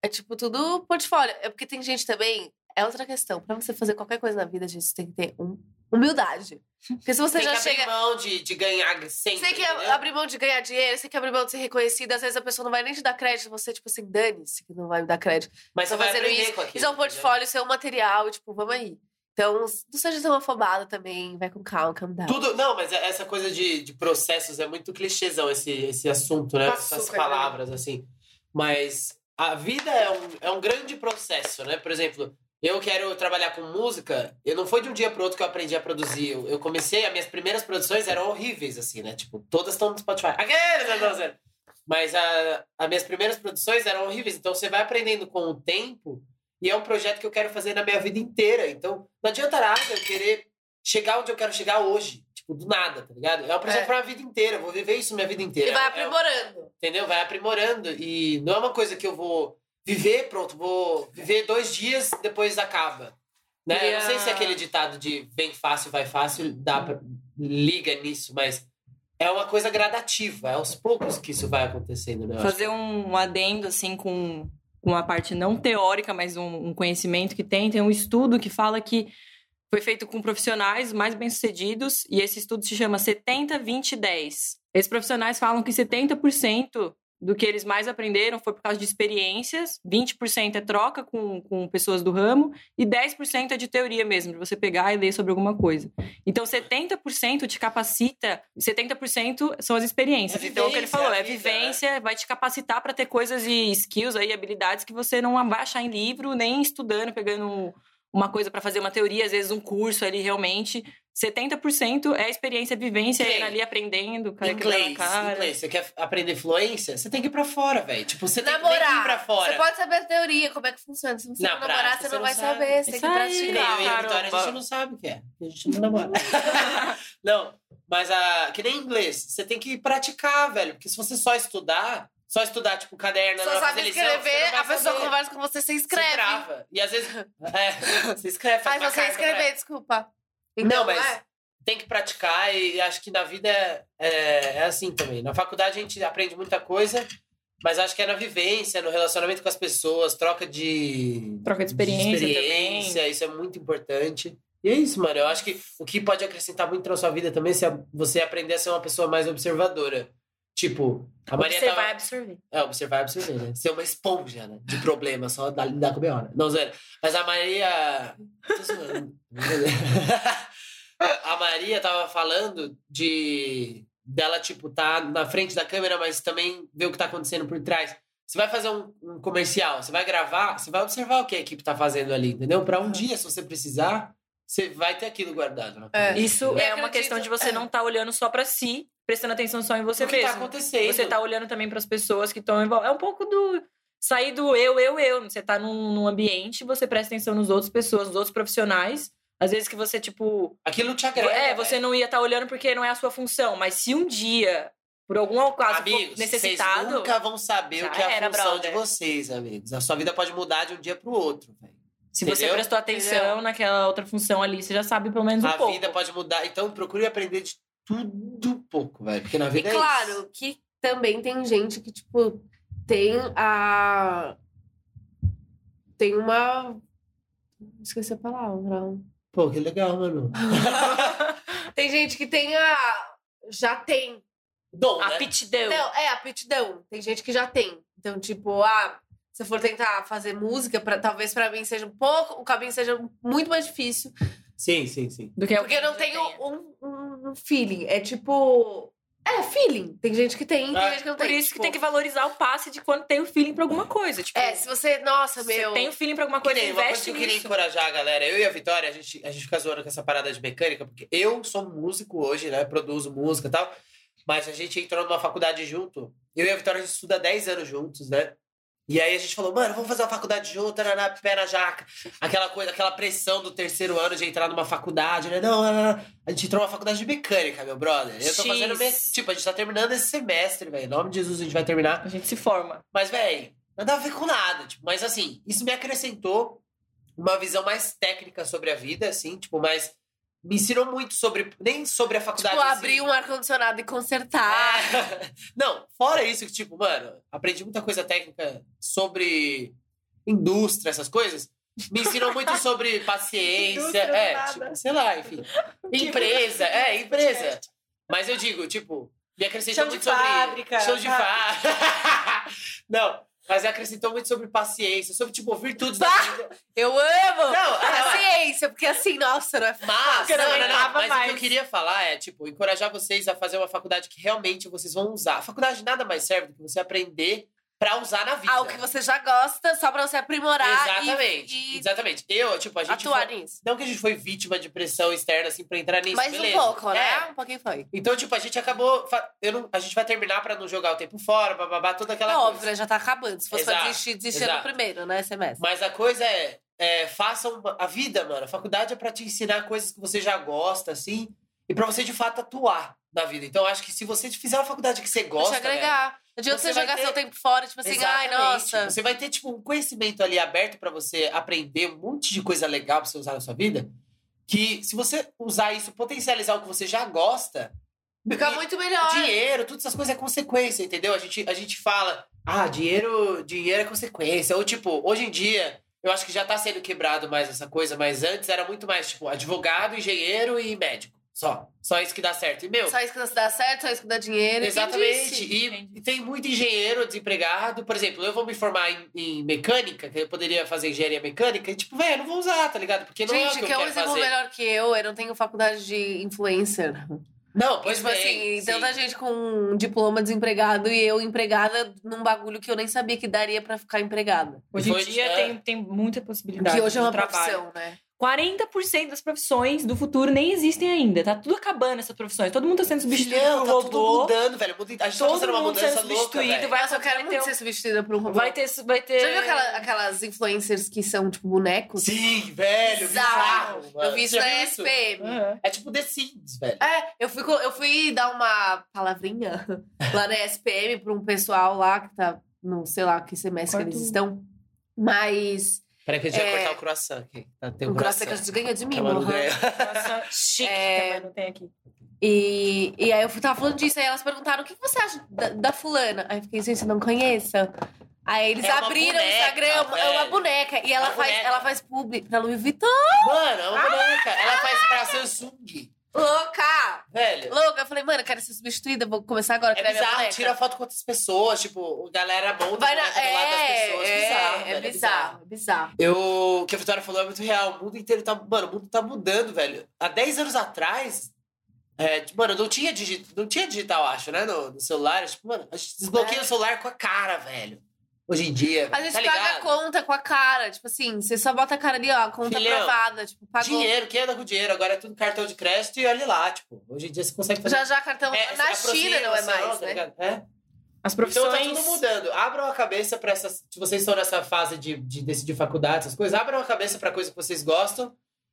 Speaker 3: é tipo tudo portfólio. É porque tem gente também. É outra questão. Pra você fazer qualquer coisa na vida, gente, você tem que ter hum- humildade. Porque se você
Speaker 4: Tem
Speaker 3: já
Speaker 4: que
Speaker 3: chega.
Speaker 4: abrir mão de, né? de ganhar sempre.
Speaker 3: Você tem que
Speaker 4: entendeu?
Speaker 3: abrir mão de ganhar dinheiro, você tem que abrir mão de ser reconhecida. Às vezes a pessoa não vai nem te dar crédito. Você, tipo assim, dane-se que não vai me dar crédito.
Speaker 4: Mas você
Speaker 3: Tô
Speaker 4: vai
Speaker 3: fazendo
Speaker 4: aprender com aquilo.
Speaker 3: Isso é um portfólio, isso é um material. e, Tipo, vamos aí. Então, não seja tão afobada também. Vai com calma, calm down.
Speaker 4: entendeu? Tudo, não, mas é, essa coisa de, de processos é muito clichêzão esse, esse assunto, né?
Speaker 3: Tá
Speaker 4: Essas
Speaker 3: super,
Speaker 4: palavras, assim. Mas a vida é um, é um grande processo, né? Por exemplo, eu quero trabalhar com música, eu não foi de um dia pro outro que eu aprendi a produzir. Eu, eu comecei, as minhas primeiras produções eram horríveis, assim, né? Tipo, todas estão no Spotify. Aqueles, né, não, sério. Mas a, as minhas primeiras produções eram horríveis. Então você vai aprendendo com o tempo. E é um projeto que eu quero fazer na minha vida inteira. Então não adianta nada eu querer chegar onde eu quero chegar hoje. Tipo, do nada, tá ligado? É um projeto
Speaker 3: É.
Speaker 4: pra minha vida inteira. eu Vou viver isso minha vida inteira.
Speaker 3: E vai
Speaker 4: É-
Speaker 3: aprimorando.
Speaker 4: entendeu? Vai aprimorando. E não é uma coisa que eu vou viver, pronto, vou viver dois dias, depois acaba. Né? Eu não sei se é aquele ditado de vem fácil, vai fácil, dá pra- liga nisso, mas é uma coisa gradativa, é aos poucos que isso vai acontecendo, né? Eu acho.
Speaker 5: Fazer um adendo, assim, com com uma parte não teórica, mas um, um conhecimento que tem. Tem um estudo que fala que foi feito com profissionais mais bem-sucedidos e esse estudo se chama 70-20-10. Esses profissionais falam que 70% do que eles mais aprenderam foi por causa de experiências, 20% é troca com, com pessoas do ramo e 10% é de teoria mesmo, de você pegar e ler sobre alguma coisa. Então, 70% te capacita, 70% são as experiências.
Speaker 4: É
Speaker 5: então, o que ele
Speaker 4: vivência,
Speaker 5: falou,
Speaker 4: é
Speaker 5: é
Speaker 4: vida, né?
Speaker 5: vivência, vai te capacitar para ter coisas e skills aí, habilidades que você não vai achar em livro, nem estudando, pegando um- uma coisa para fazer uma teoria, às vezes um curso ali realmente. 70% é experiência, vivência,
Speaker 4: Sim.
Speaker 5: ir ali aprendendo, cara, quebrando a
Speaker 4: Inglês,
Speaker 5: cara.
Speaker 4: inglês. Você quer aprender fluência? Você tem que ir pra fora, velho. Tipo, você tem que- tem que ir pra
Speaker 3: Namorar.
Speaker 4: fora.
Speaker 3: Você pode saber a teoria, como é que funciona. Se você
Speaker 4: Na
Speaker 3: não namorar, você
Speaker 4: prática, você
Speaker 3: não
Speaker 4: não
Speaker 3: vai
Speaker 4: sabe.
Speaker 3: saber. Você tem que
Speaker 5: Isso aí.
Speaker 4: Que
Speaker 5: Sim,
Speaker 4: nem
Speaker 3: praticar.
Speaker 4: eu e a Vitória, a
Speaker 5: caramba.
Speaker 4: gente não sabe o que é. porque A gente não namora. não, mas a, que nem inglês. Você tem que praticar, velho. Porque se você só estudar, só estudar, tipo, caderno,
Speaker 3: Só
Speaker 4: não vai
Speaker 3: sabe
Speaker 4: fazer lição, você não
Speaker 3: escrever,
Speaker 4: vai
Speaker 3: a pessoa
Speaker 4: saber.
Speaker 3: conversa com você, você
Speaker 4: Você
Speaker 3: escreve.
Speaker 4: trava. E às vezes. É, você escreve,
Speaker 3: Faz
Speaker 4: faz, uma
Speaker 3: você
Speaker 4: carta Então, pra-
Speaker 3: escrever, desculpa.
Speaker 4: Não, mas-
Speaker 3: é.
Speaker 4: Tem que praticar e acho que na vida é, é- é assim também. Na faculdade a gente aprende muita coisa. Mas acho que é na vivência, no relacionamento com as pessoas, troca de,
Speaker 5: Troca de experiência,
Speaker 4: de experiência, isso é muito importante. E é isso, mano. Eu acho que o que pode acrescentar muito na sua vida também é se a- você aprender a ser uma pessoa mais observadora. Tipo, a
Speaker 5: também.
Speaker 4: Maria
Speaker 5: Você
Speaker 4: tava-
Speaker 5: vai absorver.
Speaker 4: É, observar e absorver, né? Ser uma esponja, né? De problema, só dar- lidar com a hora. Não, zero. Mas a Maria... Tô zoando. a Maria tava falando de... Dela, tipo, tá na frente da câmera, mas também ver o que tá acontecendo por trás. Você vai fazer um, um comercial, você vai gravar, você vai observar o que a equipe tá fazendo ali, entendeu? Pra um dia, se você precisar, você vai ter aquilo guardado. na
Speaker 3: É.
Speaker 4: cabeça.
Speaker 5: Isso
Speaker 4: Entendeu?
Speaker 5: é uma
Speaker 3: acredito-
Speaker 5: questão de você não estar olhando só pra si, prestando atenção só em você
Speaker 4: o que tá
Speaker 5: é mesmo.
Speaker 4: acontecendo.
Speaker 5: você tá olhando também pras pessoas que estão envolvidas. É um pouco do sair do eu, eu, eu. Você tá num, num ambiente, você presta atenção nos outros pessoas, nos outros profissionais. Às vezes que você, tipo,
Speaker 4: Aquilo te agrega.
Speaker 5: É,
Speaker 4: velho.
Speaker 5: você não ia estar olhando porque não é a sua função, mas se um dia, por algum acaso,
Speaker 4: Amigos,
Speaker 5: for necessitado.
Speaker 4: vocês nunca vão saber o
Speaker 5: Já
Speaker 4: que é a
Speaker 5: era,
Speaker 4: função
Speaker 5: brother.
Speaker 4: de vocês, amigos. A sua vida pode mudar de um dia pro outro, velho.
Speaker 5: Se você
Speaker 4: Entendeu?
Speaker 5: prestou atenção
Speaker 3: Entendeu?
Speaker 5: naquela outra função ali, você já sabe pelo menos um
Speaker 4: a
Speaker 5: pouco.
Speaker 4: vida pode mudar. Então procure aprender de tudo um pouco, velho. Porque na
Speaker 3: E
Speaker 4: vida é isso.
Speaker 3: claro que também tem gente que, tipo, tem a. Tem uma. Esqueci a palavra.
Speaker 4: Pô, que legal, mano.
Speaker 3: Tem gente que tem a. Já tem.
Speaker 4: Dom, né?
Speaker 5: Aptidão.
Speaker 3: Não, é aptidão. Tem gente que já tem. Então, tipo, ah, se eu for tentar fazer música, pra, talvez pra mim seja um pouco. O caminho seja muito mais difícil.
Speaker 4: Sim, sim, sim.
Speaker 5: Do que
Speaker 3: Porque eu não
Speaker 5: É alguém
Speaker 3: tenho
Speaker 5: já tenha.
Speaker 3: um, um- um feeling. É tipo. É, feeling. Tem gente que tem, tem
Speaker 4: É.
Speaker 3: gente que não
Speaker 5: Por
Speaker 3: tem.
Speaker 5: isso que
Speaker 3: tipo,
Speaker 5: tem que valorizar o passe de quando tem o feeling pra alguma coisa. Tipo,
Speaker 3: É, se você. Nossa,
Speaker 5: você
Speaker 3: meu. tipo,
Speaker 5: tem o feeling pra alguma
Speaker 4: Que
Speaker 5: coisa,
Speaker 4: nem, uma coisa que
Speaker 5: investe
Speaker 4: eu queria
Speaker 5: nisso.
Speaker 4: encorajar a galera, eu e a Vitória, a gente, a gente fica zoando com essa parada de mecânica, porque eu sou músico hoje, né? Produzo música e tal. Mas a gente entrou numa faculdade junto. Eu e a Vitória, a gente estuda há 10 anos juntos, né? E aí a gente falou, mano, vamos fazer uma faculdade junto, na pé na jaca. Aquela coisa, aquela pressão do terceiro ano de entrar numa faculdade, né? Não, não, não, não. A gente entrou numa faculdade de mecânica, meu brother. Eu tô
Speaker 5: X.
Speaker 4: fazendo. me- Tipo, a gente tá terminando esse semestre, velho. Em nome de Jesus, a gente vai terminar.
Speaker 5: A gente se forma.
Speaker 4: Mas, velho, nada a ver com nada. Tipo, mas assim, isso me acrescentou uma visão mais técnica sobre a vida, assim, tipo, mas me ensinou muito sobre. Nem sobre a faculdade.
Speaker 3: Tipo,
Speaker 5: assim.
Speaker 4: em si.
Speaker 3: abrir um ar-condicionado e consertar.
Speaker 4: É. Não, fora isso, que, tipo, mano, aprendi muita coisa técnica sobre indústria, essas coisas. Me ensinou muito sobre paciência,
Speaker 3: Indústria do
Speaker 4: é,
Speaker 3: nada.
Speaker 4: tipo, sei lá, enfim. Empresa, é, empresa. Mas eu digo, tipo, me acrescentou
Speaker 5: Chão de
Speaker 4: muito sobre.
Speaker 5: fábrica, tá.
Speaker 4: Show de fábrica. Não, mas acrescentou muito sobre paciência, sobre, tipo, virtudes da vida.
Speaker 5: Eu amo!
Speaker 4: Não,
Speaker 3: A
Speaker 4: é,
Speaker 3: ciência, porque assim, nossa, não é
Speaker 4: mas,
Speaker 5: Eu não
Speaker 4: não, não, não, mas o
Speaker 5: aguentava
Speaker 4: que eu
Speaker 5: mais.
Speaker 4: queria falar é, tipo, encorajar vocês a fazer uma faculdade que realmente vocês vão usar. A faculdade nada mais serve do que você aprender pra pra usar na vida.
Speaker 3: Algo que você já gosta, só pra você aprimorar e-
Speaker 4: Exatamente.
Speaker 3: e,
Speaker 4: Exatamente. Eu, tipo, a gente.
Speaker 3: atuar
Speaker 4: foi-
Speaker 3: nisso.
Speaker 4: Não que a gente foi vítima de pressão externa, assim, pra entrar nisso.
Speaker 3: Mas
Speaker 4: beleza.
Speaker 3: um pouco, né?
Speaker 4: É,
Speaker 3: Um pouquinho foi.
Speaker 4: Então, tipo, a gente acabou. fa- Eu não... A gente vai terminar pra não jogar o tempo fora, bababá, toda aquela
Speaker 3: é
Speaker 4: coisa.
Speaker 3: óbvio, né? já tá acabando. Se fosse
Speaker 4: Exato,
Speaker 3: pra desistir, desistir no
Speaker 4: exato.
Speaker 3: primeiro, né? Semestre.
Speaker 4: Mas a coisa é, é, faça uma- a vida, mano. A faculdade é pra te ensinar coisas que você já gosta, assim, e pra você de fato atuar na vida. Então, acho que se você fizer uma faculdade que você gosta. né?
Speaker 3: Deixa agregar. Não adianta
Speaker 4: Você
Speaker 3: você,
Speaker 4: vai
Speaker 3: jogar
Speaker 4: ter-
Speaker 3: seu tempo fora, tipo assim,
Speaker 4: velho,
Speaker 3: ai, nossa.
Speaker 4: exatamente, Você vai ter, tipo, um conhecimento ali aberto pra você aprender um monte de coisa legal pra você usar na sua vida. Que se você usar isso, potencializar o que você já gosta,
Speaker 3: Fica
Speaker 4: e-
Speaker 3: muito melhor.
Speaker 4: Dinheiro, todas essas coisas é consequência, entendeu? A gente, a gente fala, ah, dinheiro, dinheiro é consequência. Ou, tipo, hoje em dia, eu acho que já tá sendo quebrado mais essa coisa, mas antes era muito mais, tipo, advogado, engenheiro e médico. Só. Só isso que dá certo. E, meu,
Speaker 3: Só isso que dá certo, só isso que dá dinheiro.
Speaker 4: Então. exatamente.
Speaker 5: disse?
Speaker 4: E,
Speaker 5: Quem
Speaker 4: e tem muito engenheiro desempregado. Por exemplo, eu vou me formar em, em mecânica, que eu poderia fazer engenharia mecânica, e, tipo, velho, eu não vou usar, tá ligado? Porque não é o
Speaker 3: Gente,
Speaker 4: que
Speaker 3: que
Speaker 4: eu
Speaker 3: é um
Speaker 4: quero
Speaker 3: exemplo
Speaker 4: fazer.
Speaker 3: melhor que eu, eu não tenho faculdade de influencer.
Speaker 4: Não, pois
Speaker 3: tipo
Speaker 4: bem,
Speaker 3: assim,
Speaker 4: sim.
Speaker 3: tanta gente com um diploma desempregado e eu empregada num bagulho que eu nem sabia que daria pra ficar empregada.
Speaker 5: Hoje em
Speaker 4: Foi-
Speaker 5: dia
Speaker 4: é.
Speaker 5: tem, tem muita possibilidade.
Speaker 3: que hoje é uma
Speaker 5: de trabalho.
Speaker 3: profissão, né?
Speaker 5: 40% das profissões do futuro nem existem ainda. Tá tudo acabando essas profissões. Todo mundo tá sendo substituído
Speaker 4: Não,
Speaker 5: por
Speaker 4: tá tudo
Speaker 5: robô.
Speaker 4: mudando, velho. Muda- A gente tá
Speaker 5: Todo
Speaker 4: fazendo uma
Speaker 5: mundo sendo
Speaker 4: mudança louca,
Speaker 5: substituído,
Speaker 4: velho.
Speaker 5: Vai
Speaker 3: Nossa, eu quero
Speaker 5: vai
Speaker 3: muito
Speaker 5: ter um-
Speaker 3: ser substituída por um robô.
Speaker 5: Vai ter, vai ter.
Speaker 3: Já viu aquela- aquelas influencers que são, tipo, bonecos?
Speaker 4: Sim, velho,
Speaker 3: Bizarro.
Speaker 4: bizarro.
Speaker 3: Eu
Speaker 4: mano.
Speaker 3: vi isso
Speaker 4: Você já
Speaker 3: na
Speaker 4: viu
Speaker 3: SPM.
Speaker 5: Aham.
Speaker 4: É tipo The Sims, velho.
Speaker 3: É, eu fui, co- eu fui dar uma palavrinha lá na SPM pra um pessoal lá que tá no, sei lá, que semestre que
Speaker 5: Quarto.
Speaker 3: eles estão. Mas
Speaker 4: Peraí que a gente
Speaker 3: É.
Speaker 4: vai cortar o croissant aqui. Tá, Tem um
Speaker 3: o croissant que a
Speaker 4: croissant. é
Speaker 3: gente ganha de mim,
Speaker 4: Ela não
Speaker 3: morra.
Speaker 4: ganha.
Speaker 5: Nossa, chique
Speaker 3: É.
Speaker 5: também não tem aqui.
Speaker 3: E, e aí eu fui- tava falando disso, aí elas perguntaram o que que você acha da, da fulana? Aí eu fiquei, gente, eu não conheço. Aí eles
Speaker 4: É uma
Speaker 3: abriram o
Speaker 4: boneca,
Speaker 3: Instagram, é uma
Speaker 4: velho.
Speaker 3: boneca. E ela
Speaker 4: Uma
Speaker 3: faz,
Speaker 4: boneca.
Speaker 3: ela faz publi pra Louis Vuitton.
Speaker 4: Mano, é uma boneca. Ela faz pra Samsung,
Speaker 3: Louca!
Speaker 4: velho.
Speaker 3: Louca! Eu falei, mano, eu quero ser substituída, vou começar agora a criar
Speaker 4: É
Speaker 3: minha
Speaker 4: bizarro,
Speaker 3: boneca.
Speaker 4: tira foto com outras pessoas, tipo, a galera monta
Speaker 3: Vai na...
Speaker 4: boneca do lado das pessoas.
Speaker 3: é,
Speaker 4: bizarro,
Speaker 3: é,
Speaker 4: velho,
Speaker 3: é bizarro, é bizarro.
Speaker 4: Eu, o que a Vitória falou é muito real. O mundo inteiro tá. Mano, o mundo tá mudando, velho. Há 10 anos atrás. é, tipo, mano, não tinha, digi, não tinha digital, acho, né? No, no celular. Tipo, mano, a gente desbloqueia o celular com a cara, velho. Hoje em dia.
Speaker 3: A gente
Speaker 4: tá
Speaker 3: É. paga
Speaker 4: ligado?
Speaker 3: a conta com a cara. Tipo assim, você só bota a cara ali, ó, a conta
Speaker 4: Filhão,
Speaker 3: aprovada. Tipo, pagou.
Speaker 4: Dinheiro, quem anda com dinheiro? Agora é tudo cartão de crédito e olha lá, tipo. Hoje em dia você consegue fazer.
Speaker 3: Já já cartão.
Speaker 4: É,
Speaker 3: na
Speaker 4: aproxima,
Speaker 3: China não é
Speaker 4: assim,
Speaker 3: mais,
Speaker 4: tá
Speaker 3: né?
Speaker 4: ligado? É.
Speaker 5: As
Speaker 4: Então tá
Speaker 5: profissões.
Speaker 4: tudo mudando. Abram a cabeça pra essas. Se vocês estão nessa fase de, de decidir faculdade, essas coisas, abram a cabeça pra coisa que vocês gostam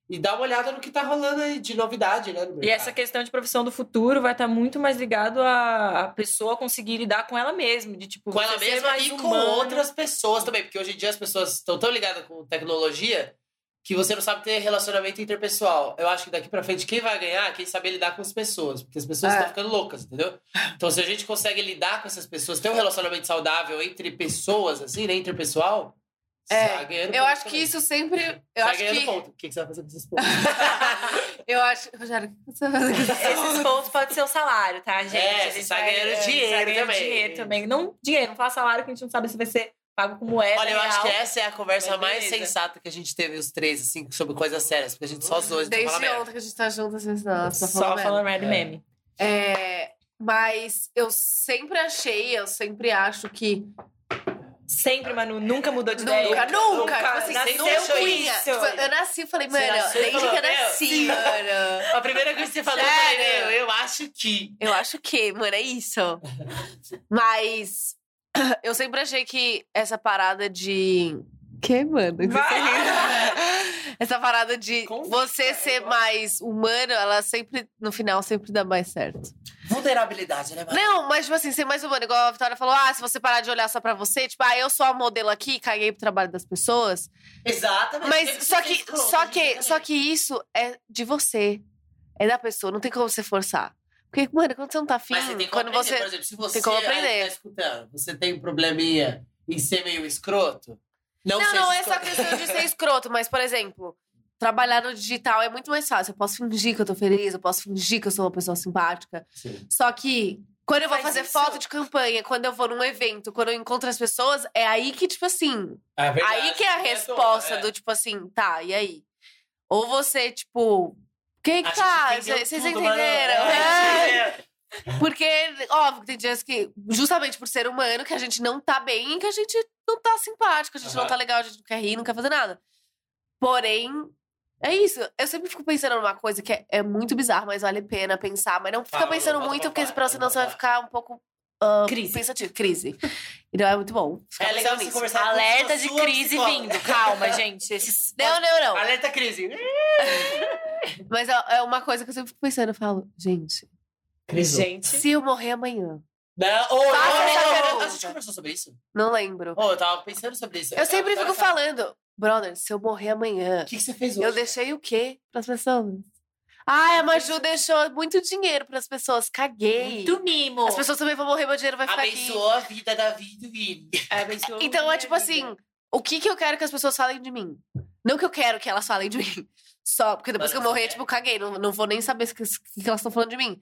Speaker 4: e dá uma olhada no que tá rolando aí de novidade, né? no
Speaker 5: E
Speaker 4: mercado.
Speaker 5: essa questão de profissão do futuro vai estar muito mais ligado à, à pessoa conseguir lidar com ela mesma, de tipo
Speaker 4: com ela
Speaker 5: você ser
Speaker 3: é
Speaker 4: mesma
Speaker 5: mais
Speaker 4: e com
Speaker 5: humano.
Speaker 4: outras pessoas também, porque hoje em dia as pessoas estão tão ligadas com tecnologia que você não sabe ter relacionamento interpessoal. Eu acho que daqui pra frente quem vai ganhar é quem saber lidar com as pessoas, porque as pessoas
Speaker 3: É.
Speaker 4: estão ficando loucas, entendeu? Então se a gente consegue lidar com essas pessoas, ter um relacionamento saudável entre pessoas, assim, né, interpessoal, você
Speaker 3: É,
Speaker 4: vai ganhando
Speaker 3: Eu
Speaker 4: ponto
Speaker 3: acho que
Speaker 4: também.
Speaker 3: isso sempre.
Speaker 4: Você
Speaker 3: Eu
Speaker 4: vai
Speaker 3: acho
Speaker 4: ganhando
Speaker 3: que.
Speaker 4: ponto. O que que você vai fazer com esses pontos?
Speaker 3: Eu acho. Rogério, o que você vai fazer com isso?
Speaker 5: Esses pontos podem ser o salário, tá, gente?
Speaker 4: É,
Speaker 5: A gente
Speaker 4: você tá
Speaker 5: vai-
Speaker 4: ganhando
Speaker 5: é, a gente tá
Speaker 4: dinheiro
Speaker 5: ganhando
Speaker 4: também.
Speaker 5: dinheiro também. Não dinheiro, não fala salário que a gente não sabe se vai ser pago com moeda.
Speaker 4: Olha, eu acho que
Speaker 5: real.
Speaker 4: essa é a conversa
Speaker 5: Mas
Speaker 4: mais
Speaker 5: beleza.
Speaker 4: sensata que a gente teve os três, assim, sobre coisas sérias, porque a gente só zoa, a gente não então
Speaker 3: Desde
Speaker 4: fala merda.
Speaker 3: ontem que a gente tá junto, assim, nossa,
Speaker 5: Só falando,
Speaker 3: falando.
Speaker 5: merda
Speaker 4: É.
Speaker 5: meme.
Speaker 3: É, mas eu sempre achei, eu sempre acho que.
Speaker 5: Sempre, Manu, nunca mudou de ideia.
Speaker 3: Nunca, nunca!
Speaker 4: é, nunca.
Speaker 3: Tipo assim,
Speaker 5: Nasceu
Speaker 3: nunca
Speaker 5: achou
Speaker 3: cunha.
Speaker 5: isso.
Speaker 3: Tipo, Eu nasci e falei,
Speaker 4: Você
Speaker 3: mano,
Speaker 4: nasceu e
Speaker 3: desde que
Speaker 4: falou,
Speaker 3: eu
Speaker 4: meu,
Speaker 3: nasci, mano.
Speaker 4: A primeira coisa que você falou, eu
Speaker 3: Sério?
Speaker 4: falei, meu, eu acho que.
Speaker 3: Eu acho que, mano, é isso. Mas eu sempre achei que essa parada de. Que, mano? Que
Speaker 5: Vai!
Speaker 3: você riu? essa parada de
Speaker 5: Convicta,
Speaker 3: você
Speaker 5: eu
Speaker 3: ser
Speaker 5: gosto.
Speaker 3: mais humano, ela sempre, no final, sempre dá mais certo.
Speaker 4: Vulnerabilidade, né, mano?
Speaker 3: Não, mas, tipo assim, ser mais humano, igual a Vitória falou, ah, se você parar de olhar só pra você, tipo, ah, eu sou a modelo aqui, caguei pro trabalho das pessoas.
Speaker 4: Exatamente.
Speaker 3: Mas só que, só que, só que isso é de você. É da pessoa, não tem como você forçar. Porque, mano, quando você não tá afim,
Speaker 4: Mas você tem que
Speaker 3: quando
Speaker 4: quando
Speaker 3: você.
Speaker 4: por exemplo, se você
Speaker 3: como
Speaker 4: aí que
Speaker 3: aprender.
Speaker 4: tá escutando, você tem um probleminha em ser meio escroto. Não,
Speaker 3: Não,
Speaker 4: seja
Speaker 3: não é só
Speaker 4: escroto.
Speaker 3: questão de ser escroto, mas, por exemplo, trabalhar no digital é muito mais fácil. Eu posso fingir que eu tô feliz, eu posso fingir que eu sou uma pessoa simpática.
Speaker 4: Sim.
Speaker 3: Só que quando eu vou
Speaker 5: Faz
Speaker 3: fazer
Speaker 5: isso.
Speaker 3: foto de campanha, quando eu vou num evento, quando eu encontro as pessoas, é aí que, tipo assim,
Speaker 4: É verdade,
Speaker 3: aí que é a
Speaker 4: não à
Speaker 3: resposta
Speaker 4: toa, é.
Speaker 3: do tipo assim, tá, e aí? Ou você, tipo, quem que
Speaker 4: A gente
Speaker 3: tá?
Speaker 4: entendeu
Speaker 3: Vocês
Speaker 4: tudo,
Speaker 3: entenderam?
Speaker 4: mano. É,
Speaker 3: É.
Speaker 4: é.
Speaker 3: Porque, óbvio, que tem dias que, justamente por ser humano, que a gente não tá bem, que a gente não tá simpático, a gente não
Speaker 4: Aham.
Speaker 3: tá legal, a gente não quer rir, não quer fazer nada. Porém, é isso. Eu sempre fico pensando numa coisa que é, é muito bizarro, mas vale a pena pensar. Mas não fica
Speaker 4: Fala,
Speaker 3: pensando
Speaker 4: volta
Speaker 3: muito,
Speaker 4: pra
Speaker 3: porque
Speaker 4: cá,
Speaker 3: senão você vai
Speaker 4: volta
Speaker 3: ficar um pouco. ah,
Speaker 5: Crise.
Speaker 3: Pensativo, crise. Então é muito bom. Ficar
Speaker 4: É
Speaker 3: pensando
Speaker 4: legal você
Speaker 3: nisso.
Speaker 4: conversar com
Speaker 5: Alerta
Speaker 4: a
Speaker 5: de
Speaker 4: sua
Speaker 5: crise
Speaker 4: psicóloga.
Speaker 5: vindo. Calma, gente. Esses...
Speaker 3: Não, não, não.
Speaker 4: Então, Alerta crise.
Speaker 3: Mas é é uma coisa que eu sempre fico pensando. Eu falo, gente,
Speaker 4: Crise.
Speaker 5: Gente.
Speaker 3: se eu morrer amanhã,
Speaker 4: Não, ou
Speaker 3: Faça essa
Speaker 4: a gente
Speaker 3: pergunta.
Speaker 4: conversou sobre isso.
Speaker 3: não lembro.
Speaker 4: Ô, eu tava pensando sobre isso.
Speaker 3: Eu sempre
Speaker 4: tava
Speaker 3: fico falando, brother, se eu morrer amanhã,
Speaker 4: O que, que você fez hoje?
Speaker 3: eu deixei o quê pras pessoas? Ai, a Maju deixou muito dinheiro pras pessoas, caguei.
Speaker 5: Muito mimo.
Speaker 3: As pessoas também vão morrer, meu dinheiro vai ficar aqui.
Speaker 4: Abençoou a vida da vida do Vini.
Speaker 3: Então é tipo assim, o que que eu quero que as pessoas falem de mim? Não que eu quero que elas falem de mim. Só, porque depois
Speaker 4: Mas
Speaker 3: que eu
Speaker 4: você
Speaker 3: morrer,
Speaker 4: quer?
Speaker 3: tipo, caguei. Não, não vou nem saber o que, que elas estão falando de mim.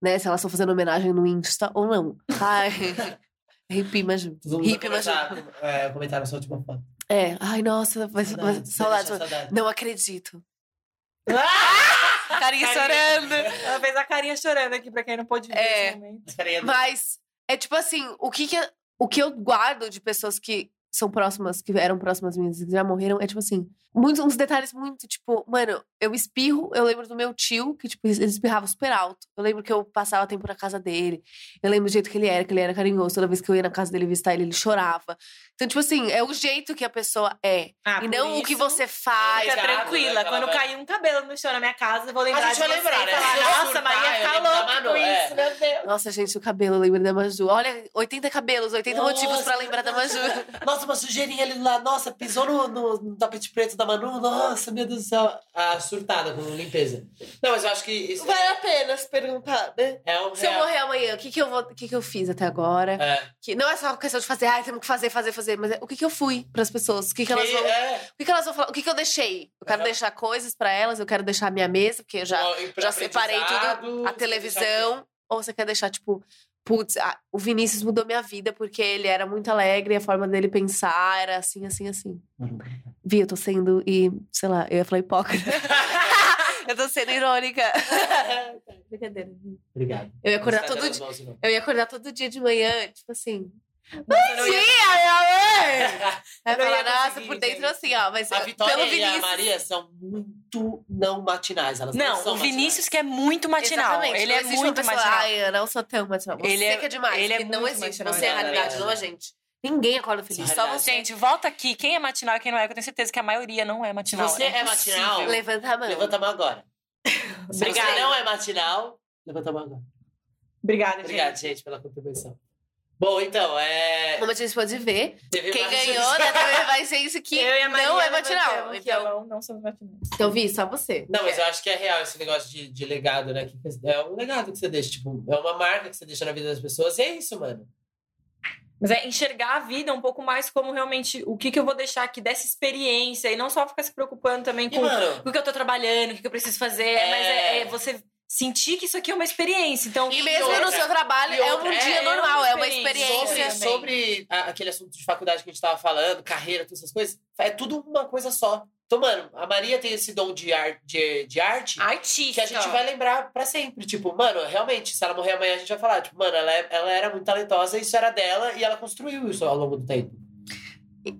Speaker 3: Né? Se elas estão fazendo homenagem no Insta ou não. Ai. Hippie, Maju.
Speaker 4: Todo mundo
Speaker 3: Hippie,
Speaker 4: vai
Speaker 3: Maju.
Speaker 4: começar, um é, comentar na sua última foto.
Speaker 3: É. Ai, nossa, mas,
Speaker 4: Saudades,
Speaker 3: mas, saudades.
Speaker 4: deixa saudade.
Speaker 3: Não acredito. Carinha Ah!
Speaker 4: Carinha.
Speaker 3: chorando.
Speaker 5: Ela fez a carinha chorando aqui, pra quem não pôde ver
Speaker 3: É.
Speaker 5: esse momento.
Speaker 4: Carinha do-
Speaker 3: Mas é tipo assim, o que, que- o que eu guardo de pessoas que são próximas, que eram próximas minhas e que já morreram, é tipo assim, muitos, uns detalhes muito, tipo, mano, eu espirro, eu lembro do meu tio, que tipo, ele espirrava super alto. Eu lembro que eu passava tempo na casa dele. Eu lembro do jeito que ele era, que ele era carinhoso. Toda vez que eu ia na casa dele visitar ele, ele chorava. Então, tipo assim, é o jeito que a pessoa é.
Speaker 5: Ah,
Speaker 3: e
Speaker 5: por
Speaker 3: não o que
Speaker 5: isso,
Speaker 3: você faz.
Speaker 5: Fica
Speaker 4: Exato, né,
Speaker 5: tranquila.
Speaker 4: aquela
Speaker 5: Quando
Speaker 4: vai-
Speaker 5: cair um cabelo no chão na minha casa, eu vou lembrar
Speaker 4: A gente vai
Speaker 5: de você
Speaker 4: lembrar,
Speaker 5: e
Speaker 4: né?
Speaker 5: falar,
Speaker 4: Se eu
Speaker 5: Nossa,
Speaker 4: surtar, eu
Speaker 5: Maria tá
Speaker 4: lembro da
Speaker 5: louca
Speaker 4: Manu,
Speaker 5: com
Speaker 4: é.
Speaker 5: isso, meu Deus.
Speaker 3: Nossa, gente, o cabelo, lembra da Maju. Olha, 80 cabelos, 80 motivos pra
Speaker 4: Nossa,
Speaker 3: lembrar da Maju.
Speaker 4: Nossa, uma sujeirinha ali lá. Nossa, pisou no, no- no tapete preto da Manu. Nossa, meu Deus do céu. Ah, surtada com limpeza. Não, mas eu acho que isso
Speaker 3: Vale a pena se perguntar, né?
Speaker 4: é um
Speaker 3: Se eu
Speaker 4: real-
Speaker 3: morrer amanhã, o que, que, eu, vou, o que, que eu fiz até agora?
Speaker 4: É.
Speaker 3: Que não é só questão de fazer, ai, temos que fazer, fazer, fazer, mas é o que, que eu fui pras pessoas? O que, que, elas vão. O
Speaker 4: é.
Speaker 3: que, que elas vão falar? O que, que eu deixei? Eu quero
Speaker 4: Aham.
Speaker 3: deixar coisas pra elas, eu quero deixar a minha mesa, porque eu já,
Speaker 4: Ó, e pra
Speaker 3: já separei tudo.
Speaker 4: aprendizado,
Speaker 3: A televisão. Ou você quer deixar, tipo, putz, ah, o Vinícius mudou minha vida porque ele era muito alegre e a forma dele pensar era assim, assim, assim. Vi, eu tô sendo, e, sei lá, eu ia falar hipócrita. eu tô sendo irônica. Brincadeira, Vi.
Speaker 4: Obrigado.
Speaker 3: Eu ia acordar
Speaker 4: Está
Speaker 3: todo
Speaker 4: dando
Speaker 3: dia.
Speaker 4: mãos, não.
Speaker 3: Eu ia acordar todo dia de manhã, tipo assim.
Speaker 5: Nossa,
Speaker 3: Bom
Speaker 5: não
Speaker 3: dia,
Speaker 5: ia-
Speaker 3: minha mãe! Aí
Speaker 5: Eu não
Speaker 3: falar,
Speaker 5: ia
Speaker 3: nossa,
Speaker 5: conseguir,
Speaker 3: por dentro
Speaker 5: gente.
Speaker 3: assim, ó. Mas
Speaker 4: A Vitória é
Speaker 3: pelo
Speaker 4: e a
Speaker 3: Vinícius.
Speaker 4: Maria são muito não matinais. Elas não,
Speaker 5: Não,
Speaker 4: são
Speaker 5: o Vinícius
Speaker 4: matinais.
Speaker 5: que é muito matinal.
Speaker 3: Exatamente,
Speaker 5: Ele
Speaker 3: não
Speaker 5: é
Speaker 3: existe uma
Speaker 5: muito
Speaker 3: pessoa,
Speaker 5: matinal.
Speaker 3: Ai, Ana, eu sou tão matinal. Você
Speaker 5: Ele é-
Speaker 3: que é demais.
Speaker 5: ele é
Speaker 3: porque não
Speaker 5: muito
Speaker 3: existe.
Speaker 5: matinal,
Speaker 3: Você é a
Speaker 4: na
Speaker 3: realidade,
Speaker 4: verdade.
Speaker 3: não a gente. Ninguém acorda feliz.
Speaker 4: Sim,
Speaker 3: Só
Speaker 4: verdade.
Speaker 3: você.
Speaker 5: Gente, volta aqui. Quem é matinal e quem não é? que Eu tenho certeza que a maioria não é matinal.
Speaker 4: Você é
Speaker 5: impossível.
Speaker 4: matinal?
Speaker 3: Levanta a mão.
Speaker 4: Levanta a mão agora. Se
Speaker 5: Obrigada.
Speaker 4: você não é matinal, levanta a mão agora.
Speaker 5: Obrigada,
Speaker 4: Obrigado, gente, pela contribuição. Bom, então, é...
Speaker 3: Como a gente pode ver,
Speaker 4: Teve
Speaker 3: quem
Speaker 4: vários-
Speaker 3: ganhou né? da TV vai ser isso que
Speaker 5: Eu e a Maria
Speaker 3: não é matinal. Então,
Speaker 5: Então, não somos matinais.
Speaker 3: então, Vi, só você.
Speaker 4: Não, mas eu acho que é real esse negócio de, de legado, né? Que é um legado que você deixa, tipo, é uma marca que você deixa na vida das pessoas. E é isso, mano.
Speaker 5: Mas é enxergar a vida um pouco mais como realmente o que, que eu vou deixar aqui dessa experiência. E não só ficar se preocupando também
Speaker 4: E,
Speaker 5: com
Speaker 4: mano,
Speaker 5: o que eu tô trabalhando, o que, que eu preciso fazer.
Speaker 4: É.
Speaker 5: Mas é, é você sentir que isso aqui é uma experiência. Então,
Speaker 3: E mesmo
Speaker 4: outra-
Speaker 3: no seu trabalho,
Speaker 4: e
Speaker 3: é
Speaker 4: outra-
Speaker 3: um
Speaker 4: é,
Speaker 3: dia
Speaker 5: é uma
Speaker 3: normal, é uma
Speaker 5: experiência.
Speaker 3: experiência.
Speaker 4: sobre,
Speaker 5: também.
Speaker 4: sobre a- aquele assunto de faculdade que a gente tava falando, carreira, todas essas coisas, é tudo uma coisa só. Então, mano, a Maria tem esse dom de, ar, de, de arte
Speaker 5: artista.
Speaker 4: que a
Speaker 3: Então.
Speaker 4: gente vai lembrar pra sempre. Tipo, mano, realmente, se ela morrer amanhã, a gente vai falar, tipo, mano, ela, é- ela era muito talentosa, isso era dela e ela construiu isso ao longo do tempo.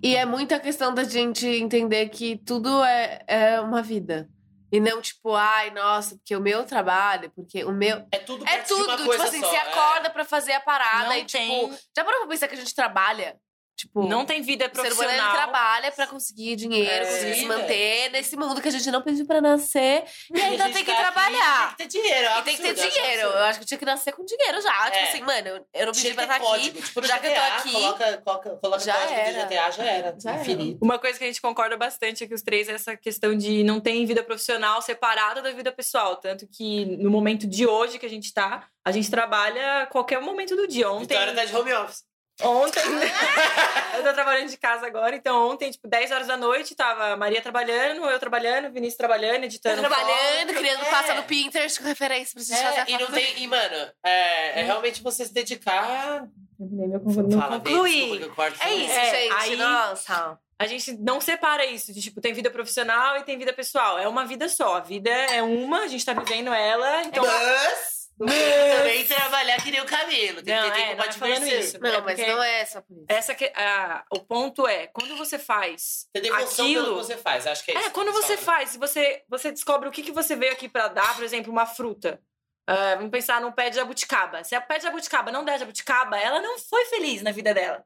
Speaker 3: E é muita questão da gente entender que tudo é, é uma vida. E não tipo, ai, nossa, porque o meu trabalho, porque o meu.
Speaker 4: É tudo
Speaker 3: É
Speaker 4: parte de
Speaker 3: tudo,
Speaker 4: uma
Speaker 3: tipo
Speaker 4: coisa
Speaker 3: assim,
Speaker 4: só,
Speaker 3: você
Speaker 4: é.
Speaker 3: acorda pra fazer a parada
Speaker 5: Não
Speaker 3: e
Speaker 5: tem-
Speaker 3: tipo. Já parou pra pensar que a gente trabalha? Tipo,
Speaker 5: Não tem vida
Speaker 3: o ser humano ele
Speaker 5: profissional.
Speaker 3: trabalha pra conseguir dinheiro,
Speaker 4: É.
Speaker 3: conseguir se
Speaker 4: Vida.
Speaker 3: manter nesse mundo que a gente não pediu pra nascer e
Speaker 4: A
Speaker 3: ainda
Speaker 4: gente
Speaker 3: tem que
Speaker 4: tá aqui,
Speaker 3: trabalhar.
Speaker 4: Tem que ter dinheiro, é um
Speaker 3: E tem que ter
Speaker 4: absurdo, eu acho um
Speaker 3: dinheiro.
Speaker 4: absurdo.
Speaker 3: Eu acho que eu tinha que nascer com dinheiro já.
Speaker 4: É.
Speaker 3: Tipo assim, mano, eu- eu não pedi
Speaker 4: Tinha
Speaker 3: pra
Speaker 4: que
Speaker 3: estar
Speaker 4: ter
Speaker 3: aqui.
Speaker 4: código. Tipo, no
Speaker 3: já que eu tô
Speaker 4: GTA,
Speaker 3: aqui,
Speaker 4: Coloca, coloca, coloca
Speaker 3: já
Speaker 4: o código
Speaker 3: era.
Speaker 4: do GTA, já era.
Speaker 3: Já era.
Speaker 4: infinito.
Speaker 5: Uma coisa que a gente concorda bastante aqui os três é essa questão de não ter vida profissional separada da vida pessoal. Tanto que no momento de hoje que a gente tá, a gente trabalha a qualquer momento do dia. Ontem.
Speaker 4: Vitória tá de home office.
Speaker 5: Ontem. eu tô trabalhando de casa agora, então ontem, tipo, 10 horas da noite, tava a Maria trabalhando, eu trabalhando, o Vinícius trabalhando, editando.
Speaker 3: trabalhando,
Speaker 5: foto.
Speaker 3: criando
Speaker 4: É.
Speaker 3: pasta no Pinterest com referência pra gente fazer a
Speaker 4: É, e não
Speaker 3: faculdade.
Speaker 4: tem. E, mano, é, é realmente você se dedicar.
Speaker 5: Terminei meu convite, não
Speaker 4: Fala, Bê, desculpa
Speaker 5: concluí.
Speaker 4: que eu corto.
Speaker 3: É isso,
Speaker 5: É,
Speaker 3: gente.
Speaker 5: aí-
Speaker 3: Nossa.
Speaker 5: A gente não separa isso, de tipo, tem vida profissional e tem vida pessoal. É uma vida só. A vida é uma, a gente tá vivendo ela, então
Speaker 4: Mas.
Speaker 3: Também
Speaker 4: Também trabalhar que nem o Camilo. Tem
Speaker 5: Não,
Speaker 4: que ter
Speaker 5: é,
Speaker 4: tempo
Speaker 5: não
Speaker 4: pra
Speaker 5: é falando
Speaker 4: diversão.
Speaker 5: isso.
Speaker 3: Não,
Speaker 5: É
Speaker 3: mas
Speaker 5: porque-
Speaker 3: não é só por isso.
Speaker 5: Essa que, a- o ponto é, quando você faz
Speaker 4: Ter devoção pelo
Speaker 5: aquilo...
Speaker 4: que você faz, acho que é isso.
Speaker 5: É, quando você faz, você, você descobre o que, que você veio aqui pra dar, por exemplo, uma fruta. Ah, vamos pensar num pé de jabuticaba. Se a pé de jabuticaba não der jabuticaba, ela não foi feliz na vida dela.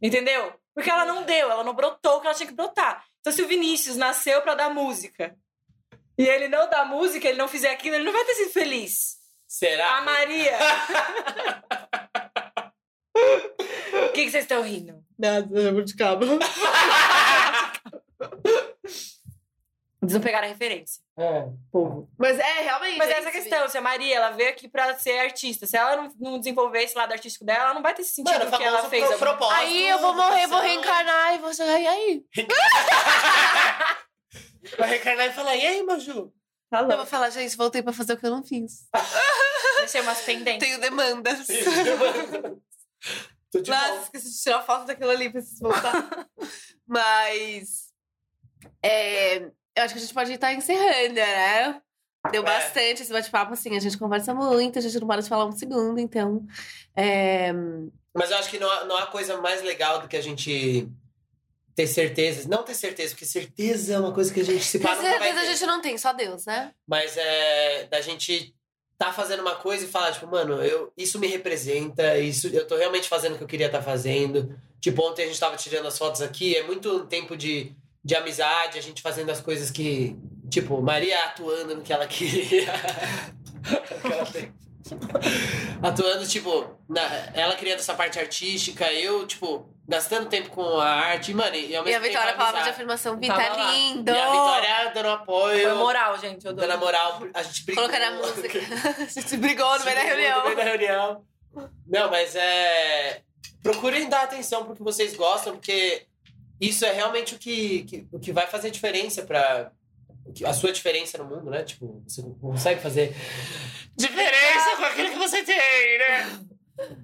Speaker 5: Entendeu? Porque ela não deu, ela não brotou o que ela tinha que brotar. Então, se o Vinícius nasceu pra dar música e ele não dá música, ele não fizer aquilo, ele não vai ter sido feliz.
Speaker 4: Será?
Speaker 5: A Maria. O que que vocês estão rindo? Nada, jabuticaba. Eles não pegaram a referência.
Speaker 4: É.
Speaker 5: Povo.
Speaker 3: Mas é, realmente.
Speaker 5: Mas
Speaker 3: é
Speaker 5: essa
Speaker 3: isso,
Speaker 5: questão, se a Maria ela veio aqui pra ser artista, se ela não, não desenvolver esse lado artístico dela, ela não vai ter esse sentido
Speaker 4: Mano,
Speaker 5: que ela
Speaker 4: famoso
Speaker 5: fez.
Speaker 4: pro, propósito.
Speaker 3: Aí eu vou morrer, vou reencarnar e vou chegar. E aí?
Speaker 4: Vou reencarnar e falar, e aí, Maju?
Speaker 5: Tá
Speaker 3: Eu
Speaker 5: louco.
Speaker 3: vou falar, gente, voltei pra fazer o que eu não fiz.
Speaker 5: Deixei umas pendentes.
Speaker 3: Tenho demandas.
Speaker 4: Tô de
Speaker 3: Nossa,
Speaker 4: volta.
Speaker 3: esqueci de tirar foto daquilo ali, preciso voltar. Mas. é, eu acho que a gente pode estar encerrando, né? Deu
Speaker 4: É.
Speaker 3: bastante esse bate-papo, assim. A gente conversa muito, a gente não para de falar um segundo, então. É,
Speaker 4: Mas eu acho que não há, não há coisa mais legal do que a gente ter certezas. Não ter certeza, porque certeza é uma coisa que a gente se
Speaker 3: com
Speaker 4: para nunca vai
Speaker 3: certeza a
Speaker 4: ter.
Speaker 3: gente não tem, só Deus, né?
Speaker 4: Mas é da gente tá fazendo uma coisa e falar, tipo, mano, eu, isso me representa, isso eu tô realmente fazendo o que eu queria estar fazendo. Tipo, ontem a gente tava tirando as fotos aqui, é muito tempo de, de amizade, a gente fazendo as coisas que. Tipo, Maria atuando no que ela queria. Que ela tem. atuando, tipo, na, ela criando essa parte artística, eu, tipo, gastando tempo com a arte, e, mano, e ao
Speaker 3: E a
Speaker 4: mesmo tempo.
Speaker 3: Vitória, a palavra de um
Speaker 4: amizade.
Speaker 3: afirmação, Vita,
Speaker 5: Tava lá.
Speaker 3: lindo!
Speaker 4: E a Vitória é dando apoio.
Speaker 5: Foi moral, gente. Eu dou.
Speaker 4: Dando a moral, a gente brigou.
Speaker 3: Colocando a música. a gente brigou no meio da
Speaker 4: Sim, No meio da
Speaker 3: reunião.
Speaker 4: reunião. Não, mas é. Procurem dar atenção pro que vocês gostam, porque isso é realmente o que, que- o que vai fazer diferença pra. o que- A sua diferença no mundo, né? Tipo, você consegue fazer diferença com aquilo que você tem, né?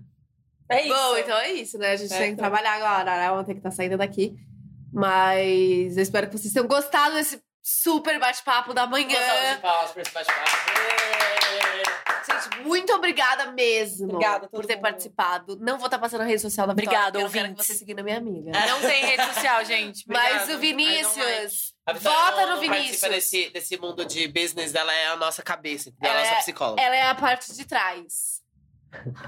Speaker 5: É isso.
Speaker 3: Bom, então é isso, né? A gente
Speaker 5: É,
Speaker 3: tem que
Speaker 5: então.
Speaker 3: trabalhar agora, né? Vamos ter que estar saindo daqui. Mas eu espero que vocês tenham gostado desse super bate-papo da manhã.
Speaker 4: Uma salva de palmas pra esse bate-papo. Êêê!
Speaker 3: Gente, muito obrigada mesmo
Speaker 5: Obrigada a todo
Speaker 3: por ter
Speaker 5: mundo.
Speaker 3: participado. Não vou estar passando a rede social da Vitória.
Speaker 5: Obrigada,
Speaker 3: porque eu não quero que
Speaker 5: ouvintes.
Speaker 3: você siga na minha amiga.
Speaker 5: Não tem rede social, gente.
Speaker 3: Mas o
Speaker 5: Obrigada. I don't like.
Speaker 3: Vinícius,
Speaker 4: A Vitória
Speaker 3: Vota
Speaker 4: não-
Speaker 3: no
Speaker 4: não
Speaker 3: Vinícius.
Speaker 4: participa desse, desse mundo de business, ela é a nossa cabeça, entendeu? ela é a
Speaker 3: Ela
Speaker 4: nossa
Speaker 3: é-
Speaker 4: psicóloga.
Speaker 3: ela é a parte de trás.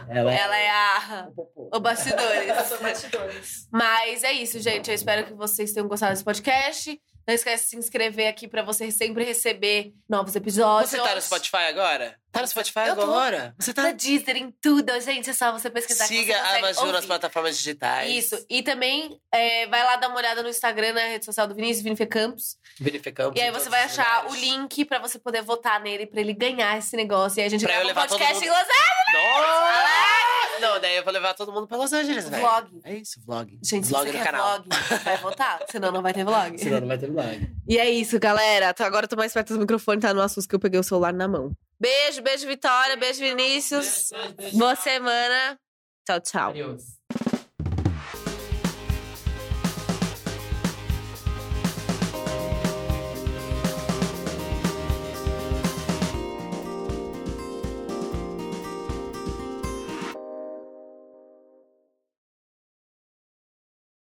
Speaker 3: Ela é a... O bastidores.
Speaker 5: São bastidores.
Speaker 3: Mas é isso, gente. Eu espero que vocês tenham gostado desse podcast. Não esquece de se inscrever aqui pra você sempre receber novos episódios.
Speaker 4: Você tá no Spotify agora? Tá no Spotify
Speaker 3: Eu tô.
Speaker 4: agora? Você tá
Speaker 3: Na Deezer, em tudo, gente. É só você pesquisar. que
Speaker 4: Siga
Speaker 3: você
Speaker 4: a
Speaker 3: consegue
Speaker 4: Maju nas
Speaker 3: ouvir.
Speaker 4: plataformas digitais.
Speaker 3: Isso. E também é, vai lá dar uma olhada no Instagram, na rede social do Vinícius, Vinifer Campos.
Speaker 4: Verificamos.
Speaker 3: E aí
Speaker 4: em
Speaker 3: você
Speaker 4: todos
Speaker 3: vai
Speaker 4: os
Speaker 3: achar o
Speaker 4: lugares.
Speaker 3: link pra você poder votar nele, pra ele ganhar esse negócio. E aí a gente
Speaker 4: Pra eu
Speaker 3: grava um
Speaker 4: levar todo
Speaker 3: podcast em
Speaker 4: mundo-
Speaker 3: Los Angeles.
Speaker 4: Nossa! Não, daí eu vou levar todo mundo pra Los Angeles, velho.
Speaker 3: Vlog.
Speaker 4: É isso, vlog.
Speaker 3: Gente, se
Speaker 4: vlog
Speaker 3: você
Speaker 4: no
Speaker 3: quer
Speaker 4: canal.
Speaker 3: vlog, vai votar. Senão não vai ter vlog.
Speaker 4: Senão não vai ter vlog.
Speaker 3: E é isso, galera. Tô- Agora eu tô mais perto do microfone, tá no assunto que eu peguei o celular na mão. Beijo, beijo, Vitória. Beijo, Vinícius. Boa semana. Tchau, tchau.
Speaker 4: Adeus.